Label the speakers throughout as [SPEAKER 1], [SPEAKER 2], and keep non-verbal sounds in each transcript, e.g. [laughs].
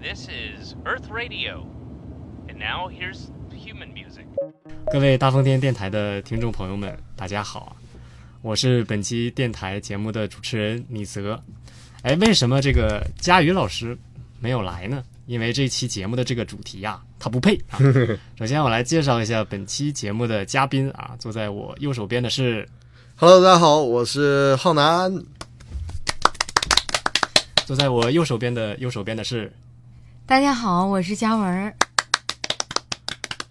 [SPEAKER 1] This is Earth Radio. And now here's human music.
[SPEAKER 2] 各位大风天电台的听众朋友们，大家好啊！我是本期电台节目的主持人米泽。哎，为什么这个佳宇老师没有来呢？因为这期节目的这个主题呀、他不配啊。首先，我来介绍一下本期节目的嘉宾啊，坐在我右手边的是
[SPEAKER 3] Hello，大家好，我是浩 [laughs] 南。
[SPEAKER 2] 坐在我右手边的右手边的是
[SPEAKER 4] 大家好，我是嘉
[SPEAKER 5] [laughs]
[SPEAKER 4] 文儿。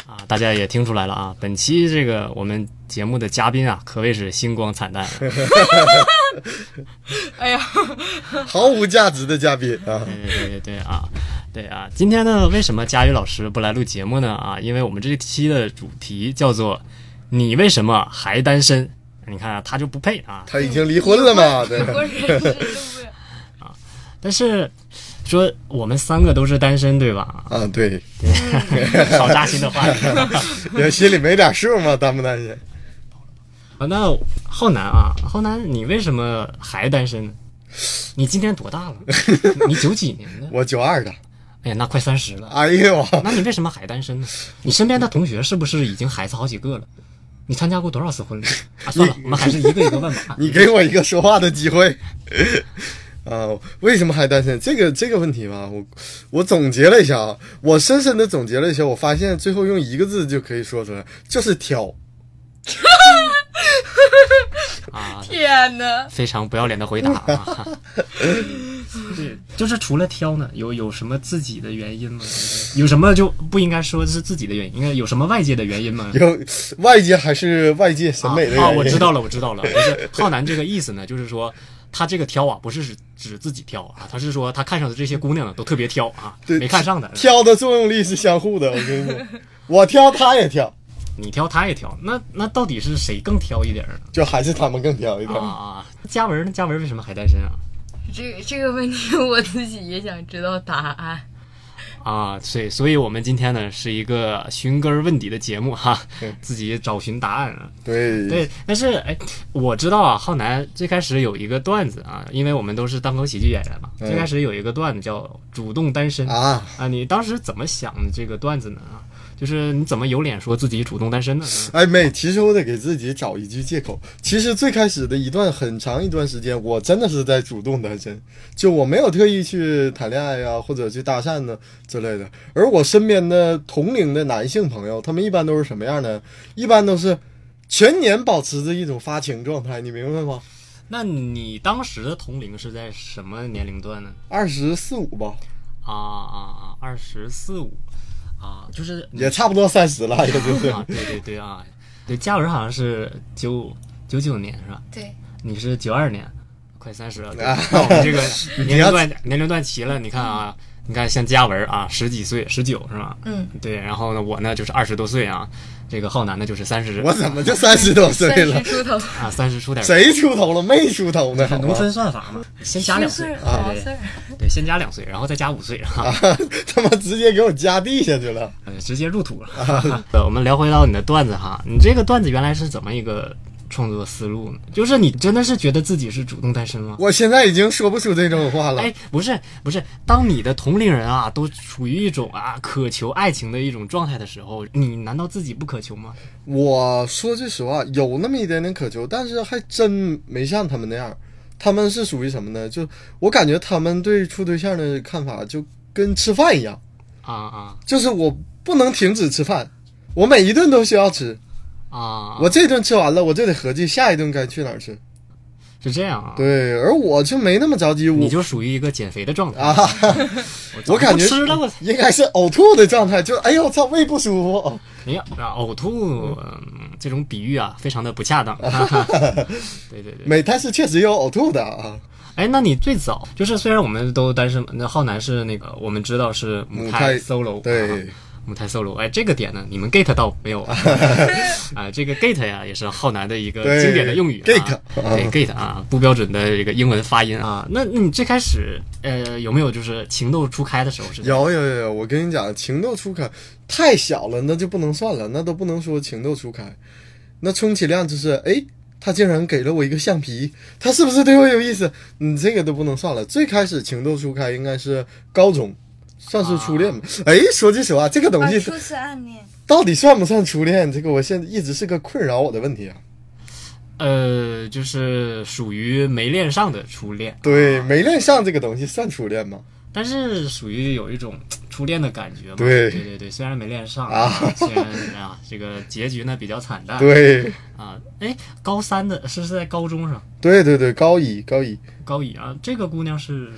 [SPEAKER 2] 啊，大家也听出来了啊，本期这个我们节目的嘉宾啊，可谓是星光惨淡啊。
[SPEAKER 4] 哎呀，
[SPEAKER 3] 毫无价值的嘉宾啊，
[SPEAKER 2] 对对对对啊，对啊。今天呢，为什么佳宇老师不来录节目呢？啊，因为我们这一期的主题叫做“你为什么还单身”。你看、啊、他就不配啊。
[SPEAKER 3] 他已经离婚了嘛？对，
[SPEAKER 4] 我真是
[SPEAKER 2] 但是说我们三个都是单身，对吧？
[SPEAKER 3] 啊，对，
[SPEAKER 2] 少扎心的话题。
[SPEAKER 3] 也心里没点数嘛，担不担心？
[SPEAKER 2] 啊，那浩南啊，浩南，你为什么还单身呢？你今年多大了？你九几年的？
[SPEAKER 3] [laughs] 我九二的，
[SPEAKER 2] 哎呀，那快三十了。
[SPEAKER 3] 哎呦， [laughs]
[SPEAKER 2] 那你为什么还单身呢？你身边的同学是不是已经孩子好几个了？你参加过多少次婚礼啊？算了，我们还是一个一个问吧。啊
[SPEAKER 3] 你给我一个说话的机会。 [laughs] 啊，为什么还单身？这个这个问题吧，我我总结了一下啊，我深深的总结了一下，我发现最后用一个字就可以说出来，就是挑。
[SPEAKER 2] 啊，
[SPEAKER 4] 天哪！
[SPEAKER 2] 非常不要脸的回答啊！ [laughs] 对，就是除了挑呢，有有什么自己的原因吗？有什么就不应该说是自己的原因，应该有什么外界的原因吗？
[SPEAKER 3] 有外界还是外界 [laughs] 审
[SPEAKER 2] 啊
[SPEAKER 3] 美的
[SPEAKER 2] 啊，
[SPEAKER 3] 原因
[SPEAKER 2] 我知道了，我知道了，就是浩南这个意思呢，就是说他这个挑啊，不是指指自己挑啊，他是说他看上的这些姑娘呢都特别挑啊，
[SPEAKER 3] 对
[SPEAKER 2] 没看上的，
[SPEAKER 3] 挑的作用力是相互的，我跟
[SPEAKER 2] [laughs]
[SPEAKER 3] 你说，我挑他也挑，
[SPEAKER 2] 你挑他也挑，那那到底是谁更挑一点儿呢？
[SPEAKER 3] 就还是他们更挑一点。
[SPEAKER 2] 啊啊，嘉文呢？嘉文为什么还单身啊？
[SPEAKER 4] 这个这个问题我自己也想知道答案。
[SPEAKER 2] 啊，所以所以我们今天呢是一个寻根儿问底的节目哈
[SPEAKER 3] 嗯，
[SPEAKER 2] 自己找寻答案啊。
[SPEAKER 3] 对
[SPEAKER 2] 对，但是哎，我知道啊，浩南最开始有一个段子啊，因为我们都是单口喜剧演员嘛，
[SPEAKER 3] 嗯
[SPEAKER 2] 最开始有一个段子叫“主动单身”啊
[SPEAKER 3] 啊，
[SPEAKER 2] 你当时怎么想的这个段子呢？啊，就是你怎么有脸说自己主动单身 [laughs] 的呢？
[SPEAKER 3] 哎妹，其实我得给自己找一句借口。其实最开始的一段很长一段时间，我真的是在主动单身，就我没有特意去谈恋爱呀、或者去搭讪呢之类的。而我身边的同龄的男性朋友，他们一般都是什么样呢？一般都是全年保持着一种发情状态，你明白吗？
[SPEAKER 2] 那你当时的同龄是在什么年龄段呢？
[SPEAKER 3] 二十四五吧，
[SPEAKER 2] 啊啊啊，二十四五啊，就是你
[SPEAKER 3] 也差不多三十了，也就是
[SPEAKER 2] 啊，对对对啊，对，嘉文好像是九九九年是吧？
[SPEAKER 4] 对，
[SPEAKER 2] 你是九二年，快三十了。
[SPEAKER 3] 啊
[SPEAKER 2] 对那我们
[SPEAKER 3] [laughs]
[SPEAKER 2] 这个年龄段年龄段齐了，你看啊，你看像嘉文啊，十几岁，十九是吧？
[SPEAKER 4] 嗯，
[SPEAKER 2] 对，然后呢，我呢就是二十多岁啊，这个浩南呢就是三十，
[SPEAKER 3] [laughs] 我怎么就三十多岁了
[SPEAKER 4] 三？十出头，
[SPEAKER 2] 啊三十出点儿？
[SPEAKER 3] 谁啊出头了？没出头呢，好
[SPEAKER 2] 农
[SPEAKER 3] 吧？
[SPEAKER 2] 村算法嘛，先加两岁，
[SPEAKER 4] 啊
[SPEAKER 2] 对对
[SPEAKER 4] 岁
[SPEAKER 2] 对
[SPEAKER 4] 儿，
[SPEAKER 2] 对，先加两岁，然后再加五岁啊
[SPEAKER 3] 啊
[SPEAKER 2] 哈。
[SPEAKER 3] 他妈直接给我夹地下去了。
[SPEAKER 2] 呃，直接入土
[SPEAKER 3] 啊
[SPEAKER 2] [laughs] 了。呃，我们聊回到你的段子哈，你这个段子原来是怎么一个创作思路呢？就是你真的是觉得自己是主动单身吗？
[SPEAKER 3] 我现在已经说不出这种话了。
[SPEAKER 2] 哎，不是不是，当你的同龄人啊都处于一种啊渴求爱情的一种状态的时候，你难道自己不渴求吗？
[SPEAKER 3] 我说句实话，有那么一点点渴求，但是还真没像他们那样。他们是属于什么呢？就我感觉他们对处对象的看法就跟吃饭一样，
[SPEAKER 2] 啊啊
[SPEAKER 3] 就是我不能停止吃饭，我每一顿都需要吃。
[SPEAKER 2] 啊！
[SPEAKER 3] 我这顿吃完了，我就得合计下一顿该去哪儿吃。
[SPEAKER 2] 是这样啊，
[SPEAKER 3] 对，而我就没那么着急，我
[SPEAKER 2] 你就属于一个减肥的状态
[SPEAKER 3] 啊。
[SPEAKER 2] 我
[SPEAKER 3] 我感觉
[SPEAKER 2] 不吃了我。
[SPEAKER 3] 应该是呕吐的状态，就哎呦，操，胃不舒服。哦
[SPEAKER 2] 哎呀，啊呕吐、嗯这种比喻啊，非常的不
[SPEAKER 3] [laughs]
[SPEAKER 2] 恰当。对对对，
[SPEAKER 3] 没，但是确实有呕吐的啊。
[SPEAKER 2] 哎，那你最早就是虽然我们都单身嘛，那浩南是那个我们知道是
[SPEAKER 3] 母
[SPEAKER 2] 胎
[SPEAKER 3] 胎
[SPEAKER 2] solo， [laughs]
[SPEAKER 3] 对
[SPEAKER 2] 啊母胎 solo。哎，这个点呢，你们 get 到没
[SPEAKER 3] [laughs]
[SPEAKER 2] 有啊？啊，这个 get 呀，也是浩南的一个
[SPEAKER 3] 对
[SPEAKER 2] 经典的用语、啊。
[SPEAKER 3] ，get，
[SPEAKER 2] 对 get 啊，不标准的一个英文发音啊。那那你最开始呃有没有就是情窦初开的时候是？
[SPEAKER 3] 有有有有，我跟你讲，情窦初开太小了，那就不能算了，那都不能说情窦初开。那充其量就是，哎，他竟然给了我一个橡皮，他嗯是不是对我有意思？你这个都不能算了。最开始情窦初开应该是高中，算是初
[SPEAKER 2] 啊
[SPEAKER 3] 恋吗？哎，说句实话，这个东
[SPEAKER 5] 啊，
[SPEAKER 3] 西
[SPEAKER 5] 初次暗恋，
[SPEAKER 2] 嗯
[SPEAKER 3] 到底算不算初恋？这个我现在一直是个困扰我的问题啊。
[SPEAKER 2] 呃，就是属于没恋上的初恋，
[SPEAKER 3] 对，没恋上这个东西算初恋吗？
[SPEAKER 2] 但是属于有一种嘖初恋的感觉嘛。
[SPEAKER 3] 对
[SPEAKER 2] 对对对，虽然没恋上
[SPEAKER 3] 啊，
[SPEAKER 2] 虽然啊，这个结局呢比较惨淡。
[SPEAKER 3] 对，
[SPEAKER 2] 啊，哎，高三的是是在高中上，
[SPEAKER 3] 对对对，高一高一。
[SPEAKER 2] 高一啊，这个姑娘是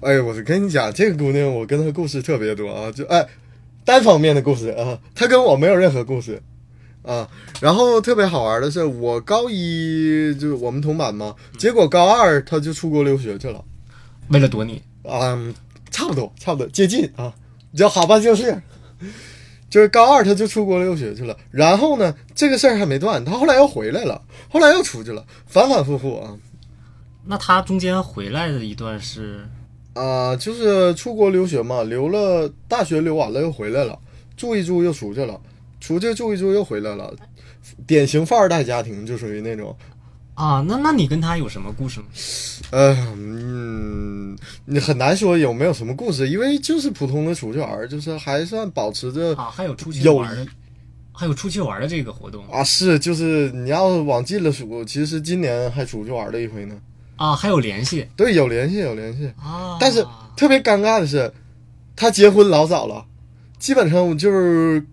[SPEAKER 3] 哎，我跟你讲，这个姑娘，我跟她故事特别多啊，就哎，单方面的故事啊，她跟我没有任何故事啊。然后特别好玩的是，我高一就是我们同班嘛，结果高二她就出国留学去了
[SPEAKER 2] 为了躲你，
[SPEAKER 3] 啊、嗯差不多，差不多接近啊，叫哈巴就是。就是高二，她就出国留学去了。然后呢，这个事儿还没断，她后来又回来了，后来又出去了，反反复复啊
[SPEAKER 2] 那她中间回来的一段是
[SPEAKER 3] 啊，就是出国留学嘛，留了大学留完了又回来了，住一住又出去了，出去住一住又回来了，典型富二代家庭就属于那种，
[SPEAKER 2] 啊，那那你跟她有什么故事吗？
[SPEAKER 3] 呃，嗯，你很难说有没有什么故事，因为就是普通的出去玩儿，就是还算保持着
[SPEAKER 2] 啊，还有出去
[SPEAKER 3] 友
[SPEAKER 2] 玩的
[SPEAKER 3] 谊，
[SPEAKER 2] 还有出去玩的这个活动
[SPEAKER 3] 啊，是就是你要往近了数，其实今年还出去玩了一回呢，
[SPEAKER 2] 啊，还有联系
[SPEAKER 3] 对，有联系有联系，
[SPEAKER 2] 啊，
[SPEAKER 3] 哦但是特别尴尬的是，他结婚老早了，基本上就是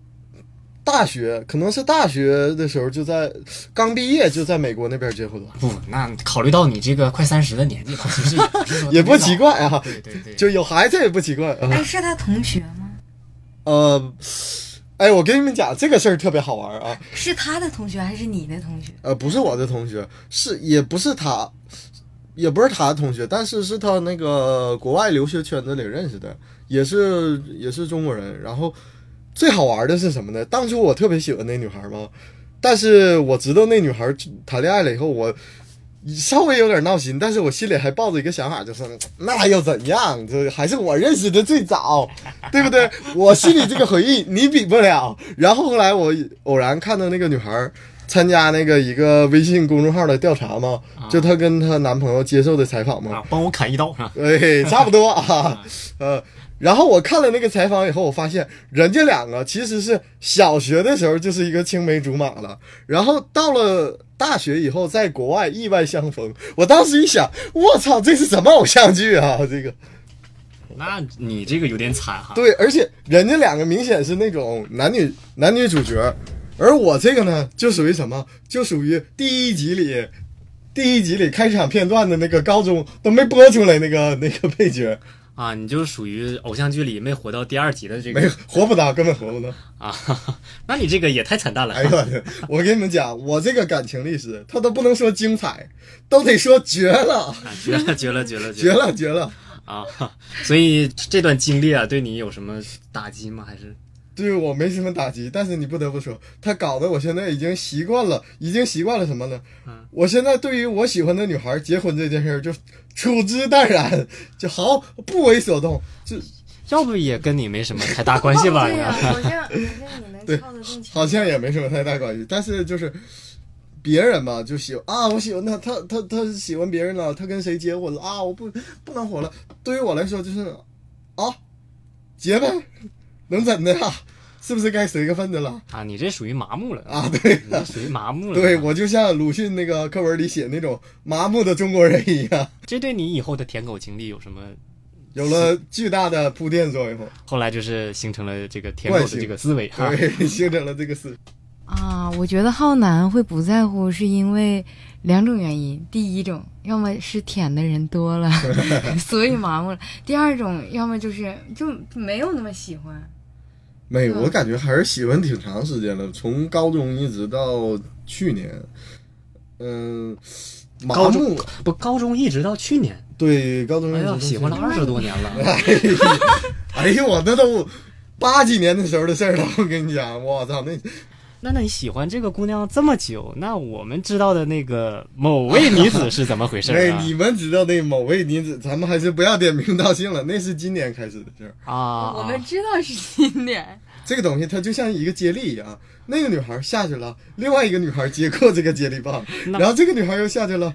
[SPEAKER 3] 大学，可能是大学的时候就在刚毕业就在美国那边结婚了，
[SPEAKER 2] 不，那考虑到你这个快三十的年纪吧，其实也不是说
[SPEAKER 3] [laughs] 也不
[SPEAKER 2] 特别
[SPEAKER 3] 奇
[SPEAKER 2] 早。
[SPEAKER 3] 怪啊，
[SPEAKER 2] 对对对，
[SPEAKER 3] [laughs] 就有孩子也不奇怪啊。
[SPEAKER 5] 哎，是他同学吗？
[SPEAKER 3] 呃，哎，我跟你们讲这个事儿特别好玩啊，
[SPEAKER 5] 是他的同学还是你的同学？
[SPEAKER 3] 呃，不是我的同学，是也不是他。也不是他的同学，但是是他那个国外留学圈子里认识的，也是也是中国人。然后最好玩的是什么呢？当初我特别喜欢那女孩嘛，但是我知道那女孩谈恋爱了以后，我稍微有点闹心，但是我心里还抱着一个想法，就是那又怎样？这还是我认识的最早，对不对？我心里这个回忆你比不了。然后后来我偶然看到那个女孩参加那个一个微信公众号的调查嘛，就她跟她男朋友接受的采访嘛，
[SPEAKER 2] 啊，帮我砍一刀啊，
[SPEAKER 3] 哎，差不多啊，呃，然后我看了那个采访以后，我发现人家两个其实是小学的时候就是一个青梅竹马了，然后到了大学以后，在国外意外相逢。我当时一想，我操，这是什么偶像剧啊？这个
[SPEAKER 2] 那你这个有点惨哈。
[SPEAKER 3] 对，而且人家两个明显是那种男女男女主角，而我这个呢，就属于什么？就属于第一集里。第一集里开场片段的那个高中都没播出来，那个那个配角
[SPEAKER 2] 啊，你就属于偶像剧里没活到第二集的这
[SPEAKER 3] [laughs] 没
[SPEAKER 2] 个
[SPEAKER 3] 活不到，根本活不到。
[SPEAKER 2] 啊， [laughs] 哈哈那你这个也太惨淡了。
[SPEAKER 3] 哎呦，我 [laughs] 跟你们讲，我这个感情历史，他都不能说精彩，都得说绝了，
[SPEAKER 2] 啊绝了， [laughs] 绝了，绝了，
[SPEAKER 3] 绝了，绝了。
[SPEAKER 2] 啊！ [laughs] 哈所以这段经历啊，对你有什么打击吗？还是
[SPEAKER 3] 对我没什么打击，但是你不得不说，他搞得我现在已经习惯了，已经习惯了什么呢？我现在对于我喜欢的女孩结婚这件事儿，就处之淡然，就毫不为所动。就
[SPEAKER 2] 要不也跟你没什么太大关系
[SPEAKER 3] [laughs]
[SPEAKER 2] 吧？
[SPEAKER 5] 对呀、好像好像你能靠得住
[SPEAKER 3] 好像也没什么太大关系，但是就是别人吧，就喜欢啊，我喜欢他，他他他喜欢别人了，他跟谁结婚了啊？我不不能活了。对于我来说，就是啊，结呗，能怎的呀？ [laughs] 是不是该随个份子了？
[SPEAKER 2] [laughs] 啊，你这属于麻木了
[SPEAKER 3] 啊对
[SPEAKER 2] 你这属于麻木了。
[SPEAKER 3] 对我就像鲁迅那个课文里写那种麻木的中国人一样，
[SPEAKER 2] 这对你以后的舔狗经历有什么？
[SPEAKER 3] 有了巨大的铺垫作用，
[SPEAKER 2] 后来就是形成了这个舔狗的这个思维哈。
[SPEAKER 3] 对，形成了这个思。
[SPEAKER 4] 啊，我觉得浩南会不在乎，是因为两种原因：第一种，要么是舔的人
[SPEAKER 2] [laughs]
[SPEAKER 4] 多了，所以麻木了；第二种，要么就是就没有那么喜欢。
[SPEAKER 3] 没，我感觉还是喜欢挺长时间了，从高中一直到去年，嗯、麻
[SPEAKER 2] 高
[SPEAKER 3] 木
[SPEAKER 2] 中，不，高中一直到去年，
[SPEAKER 3] 对，嗯高中一
[SPEAKER 2] 哎
[SPEAKER 3] 直
[SPEAKER 2] 呀，
[SPEAKER 3] 都
[SPEAKER 2] 喜欢了
[SPEAKER 3] 是
[SPEAKER 2] 二十多年
[SPEAKER 3] [laughs]
[SPEAKER 2] 了。
[SPEAKER 3] 哎呦，我那都八几年的时候的事儿了，我跟你讲，我操，那
[SPEAKER 2] 那那你喜欢这个姑娘这么久，那我们知道的那个某位女子是怎么回
[SPEAKER 3] [laughs]
[SPEAKER 2] 事
[SPEAKER 3] 那
[SPEAKER 2] 啊？
[SPEAKER 3] 哎你们知道那某位女子，咱们还是不要点名道姓了，那是今年开始的事儿。
[SPEAKER 2] 啊，
[SPEAKER 4] 我们知道是经典，
[SPEAKER 3] 这个东西它就像一个接力一样，那个女孩下去了，另外一个女孩接过这个接力棒，
[SPEAKER 2] 那
[SPEAKER 3] 然后这个女孩又下去了，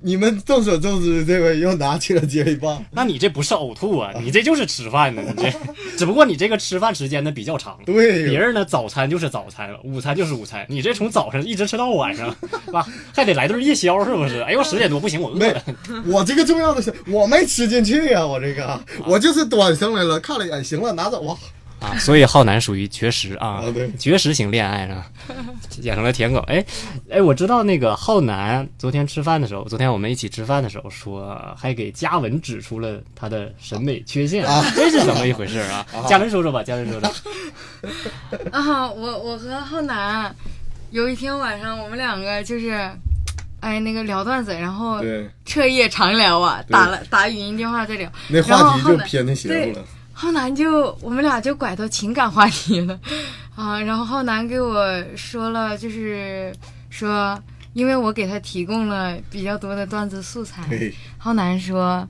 [SPEAKER 3] 你们众所周知，这位又拿起了接力棒。
[SPEAKER 2] [laughs] 那你这不是呕吐 [laughs] 啊，你这就是吃饭呢，你这，只不过你这个吃饭时间呢比较长。
[SPEAKER 3] 对
[SPEAKER 2] 别
[SPEAKER 3] 呀，
[SPEAKER 2] 人呢早餐就是早餐，午餐就是午餐，你这从早上一直吃到晚 [laughs] 上，是吧？还得来顿夜宵，是不是？哎呦，十点多不行，我饿
[SPEAKER 3] 没
[SPEAKER 2] 了。，
[SPEAKER 3] 我这个重要的是我没吃进去呀、我这
[SPEAKER 4] 啊
[SPEAKER 3] 个我就是端上来了，看了一眼，行了，拿走吧。
[SPEAKER 2] 啊，所以浩南属于绝食啊
[SPEAKER 3] 啊对，
[SPEAKER 2] 绝食型恋爱啊，养成了舔狗。哎，哎，我知道那个浩南昨天吃饭的时候，昨天我们一起吃饭的时候说，还给嘉文指出了他的审美缺陷，哎这是怎么一回事啊？嘉文说说吧，嘉文说说。
[SPEAKER 4] 啊，我我和浩南有一天晚上，我们两个就是，哎，那个聊段子，然后
[SPEAKER 3] 对，
[SPEAKER 4] 彻夜长聊啊，
[SPEAKER 3] 对
[SPEAKER 4] 打了打语音电话在聊。
[SPEAKER 3] 那
[SPEAKER 4] 然后
[SPEAKER 3] 话题
[SPEAKER 4] 后
[SPEAKER 3] 就
[SPEAKER 4] 来
[SPEAKER 3] 偏那邪乎
[SPEAKER 4] 对
[SPEAKER 3] 了。
[SPEAKER 4] 浩南就我们俩就拐到情感话题了，啊，然后浩南给我说了，就是说，因为我给他提供了比较多的段子素材，
[SPEAKER 3] 对，
[SPEAKER 4] 浩南说：“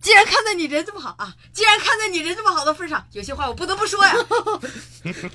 [SPEAKER 4] 既然看在你人这么好啊，既然看在你人这么好的份上，有些话我不得不说呀。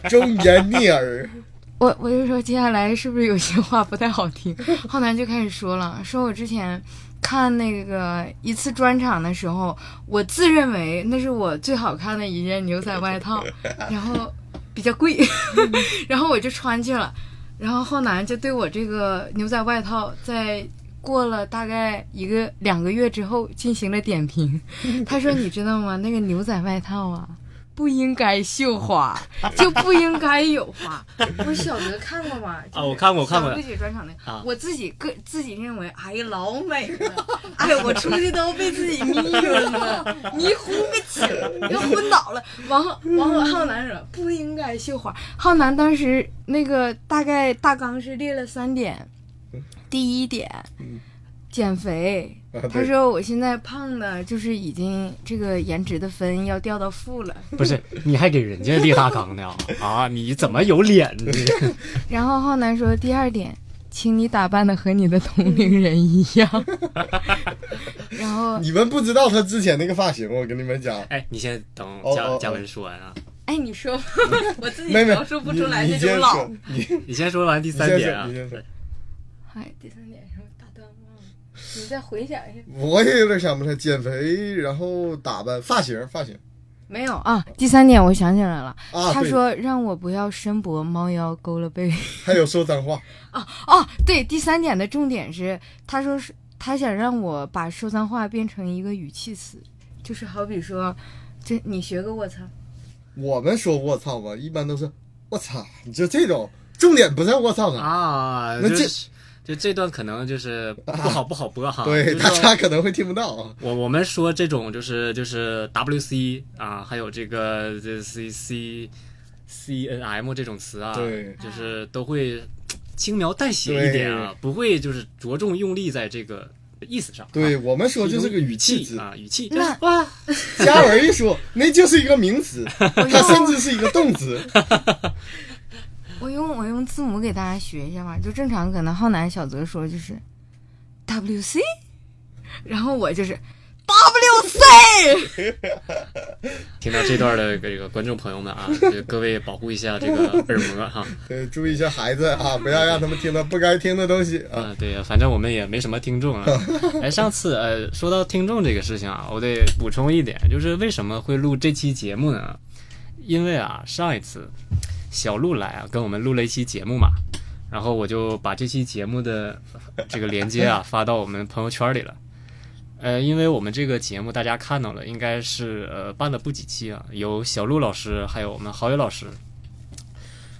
[SPEAKER 3] 忠言逆耳。
[SPEAKER 4] 我”我就说接下来是不是有些话不太好听？浩南就开始说了， [laughs] 说我之前看那个一次专场的时候，我自认为那是我最好看的一件牛仔外套，然后比较贵， [laughs] 然后我就穿去了。然后浩南就对我这个牛仔外套在。过了大概一个两个月之后，进行了点 [laughs] 评。他说：“你知道吗？那个牛仔外套啊，不应该绣花， [laughs] 就不应该有花。不是小德看过吗？就是
[SPEAKER 2] 啊我看过我看过
[SPEAKER 4] 小姐专场那个，
[SPEAKER 2] 啊
[SPEAKER 4] 我自己个自己认为，哎呀，老美了， [laughs] 哎呀，我出去都被自己迷晕了， [laughs] 迷糊被起了，要昏倒了。王浩王浩南说不应该绣花。浩南当时那个大概大纲是列了三点，第一点，减肥。
[SPEAKER 3] 啊
[SPEAKER 4] 他
[SPEAKER 3] 对，
[SPEAKER 4] 说：“我现在胖的，就是已经这个颜值的分要掉到负了。
[SPEAKER 2] [laughs] 不是，你还给人家立大纲
[SPEAKER 3] [laughs]
[SPEAKER 2] 呢啊？你怎么有脸呢？
[SPEAKER 4] 然后浩南说第二点，请你打扮的和你的同龄人一样。 [laughs] 然后，
[SPEAKER 3] 你们不知道他之前那个发型，我跟你们讲，
[SPEAKER 2] 哎，你先等
[SPEAKER 3] 哦哦
[SPEAKER 2] 嘉
[SPEAKER 3] 哦
[SPEAKER 2] 嘉文说完啊，
[SPEAKER 4] 哎，你说吧， [laughs] 我自己
[SPEAKER 3] 妹妹
[SPEAKER 4] 描述，不
[SPEAKER 3] 你
[SPEAKER 4] 出来
[SPEAKER 3] 你
[SPEAKER 4] 那
[SPEAKER 3] 先
[SPEAKER 4] 种老
[SPEAKER 3] 说。，你
[SPEAKER 2] 你先说完第三
[SPEAKER 3] 你先
[SPEAKER 2] 点
[SPEAKER 3] 说
[SPEAKER 2] 啊
[SPEAKER 3] 你。先说
[SPEAKER 4] 哎，第三点是大段忘了，你再回想一下。
[SPEAKER 3] 我也有点想不起来，减肥，然后打扮，发型，发型
[SPEAKER 4] 没有啊，第三点我想起来了，
[SPEAKER 3] 啊，
[SPEAKER 4] 他
[SPEAKER 3] 对，
[SPEAKER 4] 说让我不要伸脖猫腰勾了背。
[SPEAKER 3] 还有说脏话，
[SPEAKER 4] 哦，对，第三点的重点是，他说是他想让我把说脏话变成一个语气词，就是好比说，这你学个我操。
[SPEAKER 3] 我们说我操吧，一般都是我操，你就这种，重点不在我操上，
[SPEAKER 2] 啊，
[SPEAKER 3] 那
[SPEAKER 2] 就
[SPEAKER 3] 这
[SPEAKER 2] 是就这段可能就是不
[SPEAKER 3] [laughs]
[SPEAKER 2] 好不好播哈。
[SPEAKER 3] 对，
[SPEAKER 2] 啊就是
[SPEAKER 3] 大
[SPEAKER 2] 说
[SPEAKER 3] 家可能会听不到啊。
[SPEAKER 2] 我我们说这种就是就是 WC 啊，还有这个这 C C C N M 这种词啊，
[SPEAKER 3] 对
[SPEAKER 2] 就是都会轻描淡写一点啊，不会就是着重用力在这个意思上啊。
[SPEAKER 3] 对我们说就是个
[SPEAKER 2] 语
[SPEAKER 3] 语气词，
[SPEAKER 2] 啊，语气。
[SPEAKER 4] 那
[SPEAKER 2] 哇，
[SPEAKER 3] 嘉文一说，那就是一个名词，
[SPEAKER 2] [laughs]
[SPEAKER 3] 它 [laughs] 甚至是一个动词。
[SPEAKER 4] 我用我用字母给大家学一下吧，就正常可能浩南小泽说就是 W C，然后我就是 W C，
[SPEAKER 2] 听到这段的这个观众朋友们啊，这各位保护一下这个耳膜哈。
[SPEAKER 3] 对，注意一下孩子啊，不要让他们听到不该听的东西啊。 [laughs]
[SPEAKER 2] 啊，对，反正我们也没什么听众啊。哎，上次呃，说到听众这个事情啊，我得补充一点，就是为什么会录这期节目呢？因为啊，上一次小鹿来啊，跟我们录了一期节目嘛，然后我就把这期节目的这个链接啊发到我们朋友圈里了。呃，因为我们这个节目大家看到了，应该是呃办了不几期啊，有小鹿老师，还有我们郝宇老师，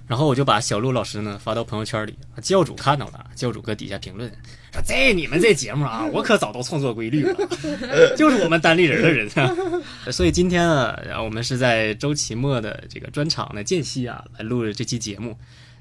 [SPEAKER 2] 然后我就把小鹿老师呢发到朋友圈里，教主看到了，教主搁底下评论说：“这你们这节目啊，我可早都创作规律了， [laughs] 就是我们单立人的人啊。”所以今天啊，然后我们是在周奇墨的这个专场的间隙啊来录这期节目。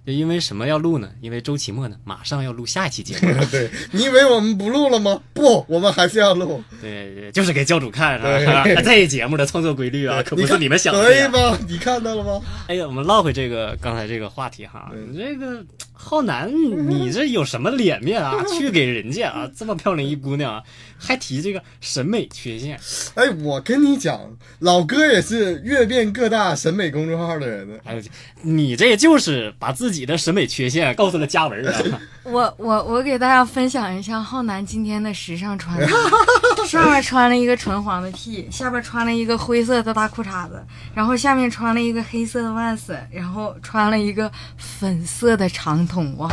[SPEAKER 2] 因为什么要录呢？因为周奇墨呢马上要录下一期节目了，
[SPEAKER 3] 对，你以为我们不录了吗？不，我们还是要录。
[SPEAKER 2] 对，就是给教主看
[SPEAKER 3] 对
[SPEAKER 2] 啊，这节目的创作规律啊，可不是
[SPEAKER 3] 看
[SPEAKER 2] 你们想的那
[SPEAKER 3] 对
[SPEAKER 2] 样。
[SPEAKER 3] 吧？你看到了吗？
[SPEAKER 2] 哎呀，我们唠回这个刚才这个话题哈，
[SPEAKER 3] 嗯
[SPEAKER 2] 你这个浩南，你这有什么脸面啊？
[SPEAKER 3] [laughs]
[SPEAKER 2] 去给人家啊，这么漂亮一姑娘啊，还提这个审美缺陷？
[SPEAKER 3] 哎，我跟你讲，老哥也是阅遍各大审美公众号的人呢。
[SPEAKER 2] 哎呦，你这就是把自己的审美缺陷告诉了嘉文啊。
[SPEAKER 4] 我我我给大家分享一下浩南今天的时尚穿搭，上面穿了一个纯黄的 T，下边穿了一个灰色的大裤衩子，然后下面穿了一个黑色的袜子，然后穿了一个粉色的长筒袜，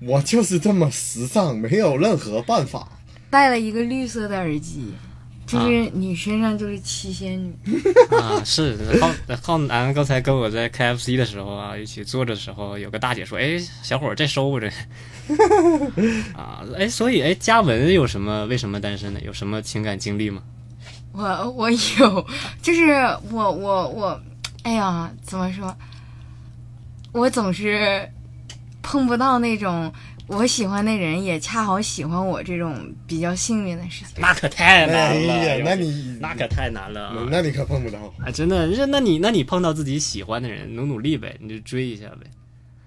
[SPEAKER 3] 我就是这么时尚，没有任何办法。
[SPEAKER 4] 戴了一个绿色的耳机，就是你身上就是七仙女。
[SPEAKER 2] 啊，是浩浩南刚才跟我在 KFC 的时候啊，一起坐着的时候，有个大姐说：“哎，小伙儿，这收不这？” [laughs] 啊，哎，所以哎，嘉文有什么为什么单身呢？有什么情感经历吗？
[SPEAKER 4] 我我有，就是我我我，哎呀，怎么说？我总是碰不到那种我喜欢的人，也恰好喜欢我这种比较幸运的事情。
[SPEAKER 2] [laughs] 那可太
[SPEAKER 3] 哎
[SPEAKER 2] 难了，
[SPEAKER 3] 呀，那
[SPEAKER 2] 有
[SPEAKER 3] 你
[SPEAKER 2] 那可太难了啊。
[SPEAKER 3] 那你可碰不着。
[SPEAKER 2] 啊，真的，那那你那你碰到自己喜欢的人，努努力呗，你就追一下呗。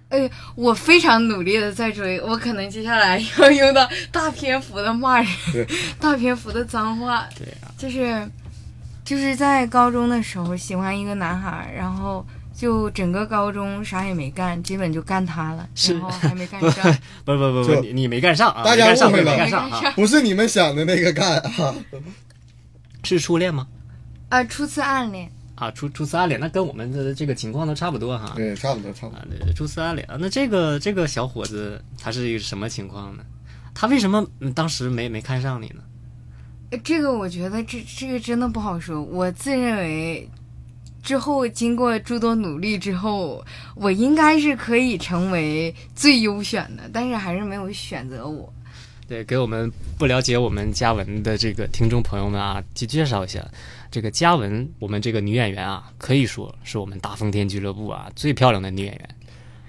[SPEAKER 4] 哎，我非常努力的在追，我可能接下来要用到大篇幅的骂人
[SPEAKER 3] 对，
[SPEAKER 4] 大篇幅的脏话，
[SPEAKER 2] 对啊，
[SPEAKER 4] 就是就是在高中的时候喜欢一个男孩儿，然后就整个高中啥也没干，基本就干他了，
[SPEAKER 2] 是
[SPEAKER 4] 然后还没干上。
[SPEAKER 2] 不不不不，
[SPEAKER 3] 就
[SPEAKER 2] 你你没干上啊，
[SPEAKER 3] 大家
[SPEAKER 2] 没干上
[SPEAKER 3] 误会
[SPEAKER 2] 没
[SPEAKER 3] 了
[SPEAKER 2] 干上啊，
[SPEAKER 3] 不是你们想的那个干啊，
[SPEAKER 2] 是初恋吗？
[SPEAKER 4] 啊，初次暗恋，
[SPEAKER 2] 啊，初初次暗恋，那跟我们的这个情况都差不多哈。
[SPEAKER 3] 对，差不多，差不多。
[SPEAKER 2] 啊，对初次暗恋，那这个这个小伙子他是一个什么情况呢？他为什么嗯当时没没看上你呢？
[SPEAKER 4] 呃这个我觉得这这个真的不好说。我自认为之后经过诸多努力之后，我应该是可以成为最优选的，但是还是没有选择我。
[SPEAKER 2] 对，给我们不了解我们嘉文的这个听众朋友们啊，去介绍一下，这个嘉文，我们这个女演员啊，可以说是我们大风天俱乐部啊最漂亮的女演员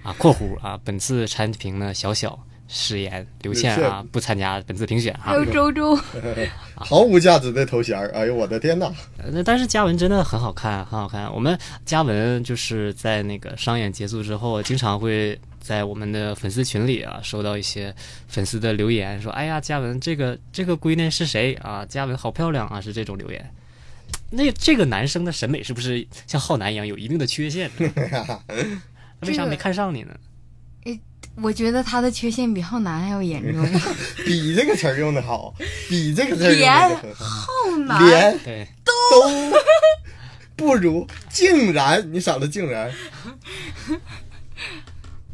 [SPEAKER 2] 啊（括弧啊）。本次产品呢，小小誓言刘倩
[SPEAKER 3] 刘
[SPEAKER 2] 啊不参加本次评选啊
[SPEAKER 4] 还。有周周，
[SPEAKER 3] 毫无价值的头衔儿，哎呦我的天呐！
[SPEAKER 2] 那但是嘉文真的很好看，很好看。我们嘉文就是在那个商演结束之后，经常会在我们的粉丝群里啊，收到一些粉丝的留言，说：“哎呀，嘉文这个这个闺女是谁啊？嘉文好漂亮啊！”是这种留言。那这个男生的审美是不是像浩南一样有一定的缺陷呢？为啥没看上你呢？
[SPEAKER 4] 我觉得他的缺陷比浩南还要严重。
[SPEAKER 3] 比这个词儿用的好，比这个词儿用的好，
[SPEAKER 4] 浩南，
[SPEAKER 3] 连
[SPEAKER 2] 对，
[SPEAKER 3] 都不如，竟然你傻子竟然，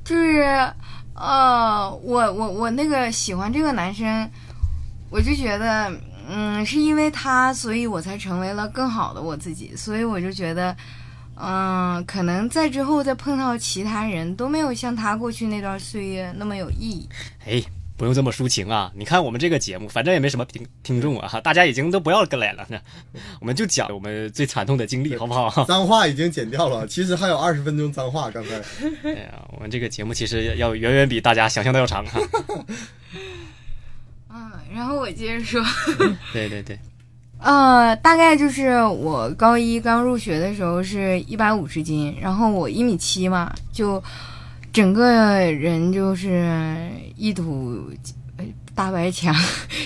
[SPEAKER 4] 就是，呃，我我我那个喜欢这个男生，我就觉得，嗯，是因为他，所以我才成为了更好的我自己，所以我就觉得，嗯、可能在之后再碰到其他人都没有像他过去那段岁月那么有意义。
[SPEAKER 2] 哎，不用这么抒情啊！你看我们这个节目，反正也没什么听听众啊，大家已经都不要跟来了， [laughs] 我们就讲我们最惨痛的经历，好不好？ [laughs]
[SPEAKER 3] 脏话已经剪掉了，其实还有二十分钟脏话，刚才
[SPEAKER 2] 哎呀，我们这个节目其实要远远比大家想象的要长哈。啊
[SPEAKER 4] 嗯，然后我接着说，
[SPEAKER 2] [laughs] 对对对，
[SPEAKER 4] 呃，大概就是我高一刚入学的时候是一百五十斤，然后我一米七嘛，就整个人就是一堵呃大白墙，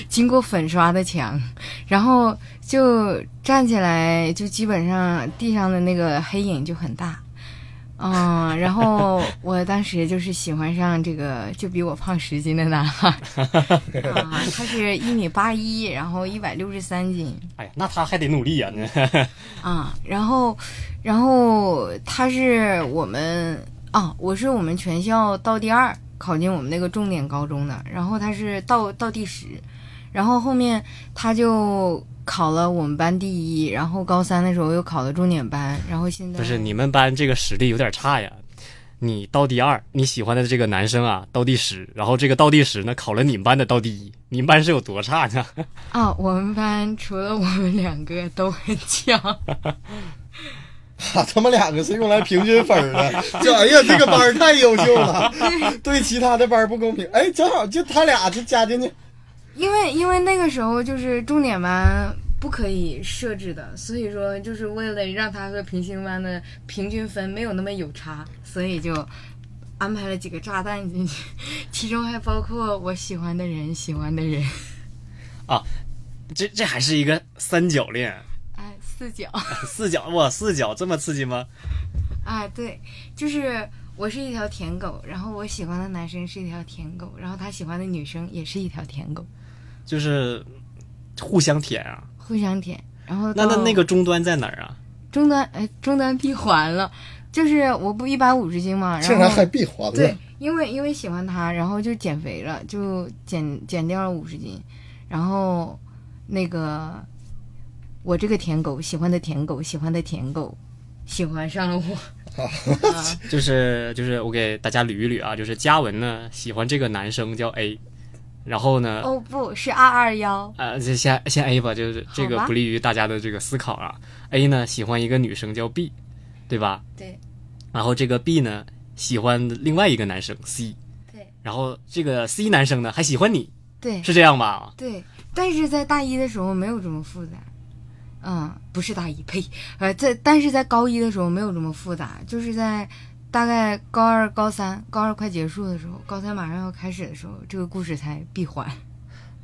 [SPEAKER 4] 经过粉刷的墙，然后就站起来就基本上地上的那个黑影就很大。嗯，然后我当时就是喜欢上这个就比我胖十斤的男孩，啊，他是一米八一，然后一百六十三斤，
[SPEAKER 2] 哎呀，那他还得努力呀、
[SPEAKER 4] 啊，然后，然后他是我们啊，我是我们全校到第二，考进我们那个重点高中的，然后他是到到第十，然后后面他就考了我们班第一，然后高三的时候又考了重点班，然后现
[SPEAKER 2] [laughs]
[SPEAKER 4] 在
[SPEAKER 2] 不是你们班这个实力有点差呀。你到第二，你喜欢的这个男生啊到第十，然后这个到第十呢考了你们班的到第一，你们班是有多差呢？ [laughs]
[SPEAKER 4] 啊，我们班除了我们两个都很强，
[SPEAKER 3] [laughs] 啊，他们两个是用来平均分儿的，就哎呀这个班儿太优秀
[SPEAKER 2] [laughs]
[SPEAKER 3] 了，对其他的班儿不公平，哎，正好就他俩就加进去，
[SPEAKER 4] 因为因为那个时候就是重点班不可以设置的，所以说就是为了让他和平行班的平均分没有那么有差，所以就安排了几个炸弹进去，其中还包括我喜欢的人，喜欢的人，
[SPEAKER 2] 这这还是一个三角恋，
[SPEAKER 4] 哎，四角，
[SPEAKER 2] 四角哇，四角这么刺激吗？
[SPEAKER 4] 啊哎，对，就是我是一条舔狗，然后我喜欢的男生是一条舔狗，然后他喜欢的女生也是一条舔狗，
[SPEAKER 2] 就是互相舔啊。
[SPEAKER 4] 互相舔。然后
[SPEAKER 2] 那那
[SPEAKER 4] 到
[SPEAKER 2] 那个终端在哪儿啊？
[SPEAKER 4] 终端哎，终端闭环了，就是我不一百五十斤嘛，
[SPEAKER 3] 竟
[SPEAKER 4] 然
[SPEAKER 3] 然
[SPEAKER 4] 后
[SPEAKER 3] 还闭环了
[SPEAKER 4] 对，，因为因为喜欢他，然后就减肥了，就减减掉了五十斤，然后那个我这个舔狗喜欢的舔狗喜欢的舔狗喜欢上了我，啊、
[SPEAKER 2] 就是就是我给大家捋一捋啊，就是嘉文呢喜欢这个男生叫 A，然后呢，
[SPEAKER 4] 哦不是二二幺，
[SPEAKER 2] 呃，这先先 A 吧，就是这个
[SPEAKER 4] 好吧
[SPEAKER 2] 不利于大家的这个思考啊。A 呢喜欢一个女生叫 B，对吧？
[SPEAKER 5] 对。
[SPEAKER 2] 然后这个 B 呢喜欢另外一个男生 C，
[SPEAKER 5] 对。
[SPEAKER 2] 然后这个 C 男生呢还喜欢你，
[SPEAKER 4] 对
[SPEAKER 2] 是这样吧？
[SPEAKER 4] 对，但是在大一的时候没有这么复杂。嗯，不是大一，呸，呃，在但是在高一的时候没有这么复杂，就是在大概高二、高三，高二快结束的时候，高三马上要开始的时候，这个故事才闭环。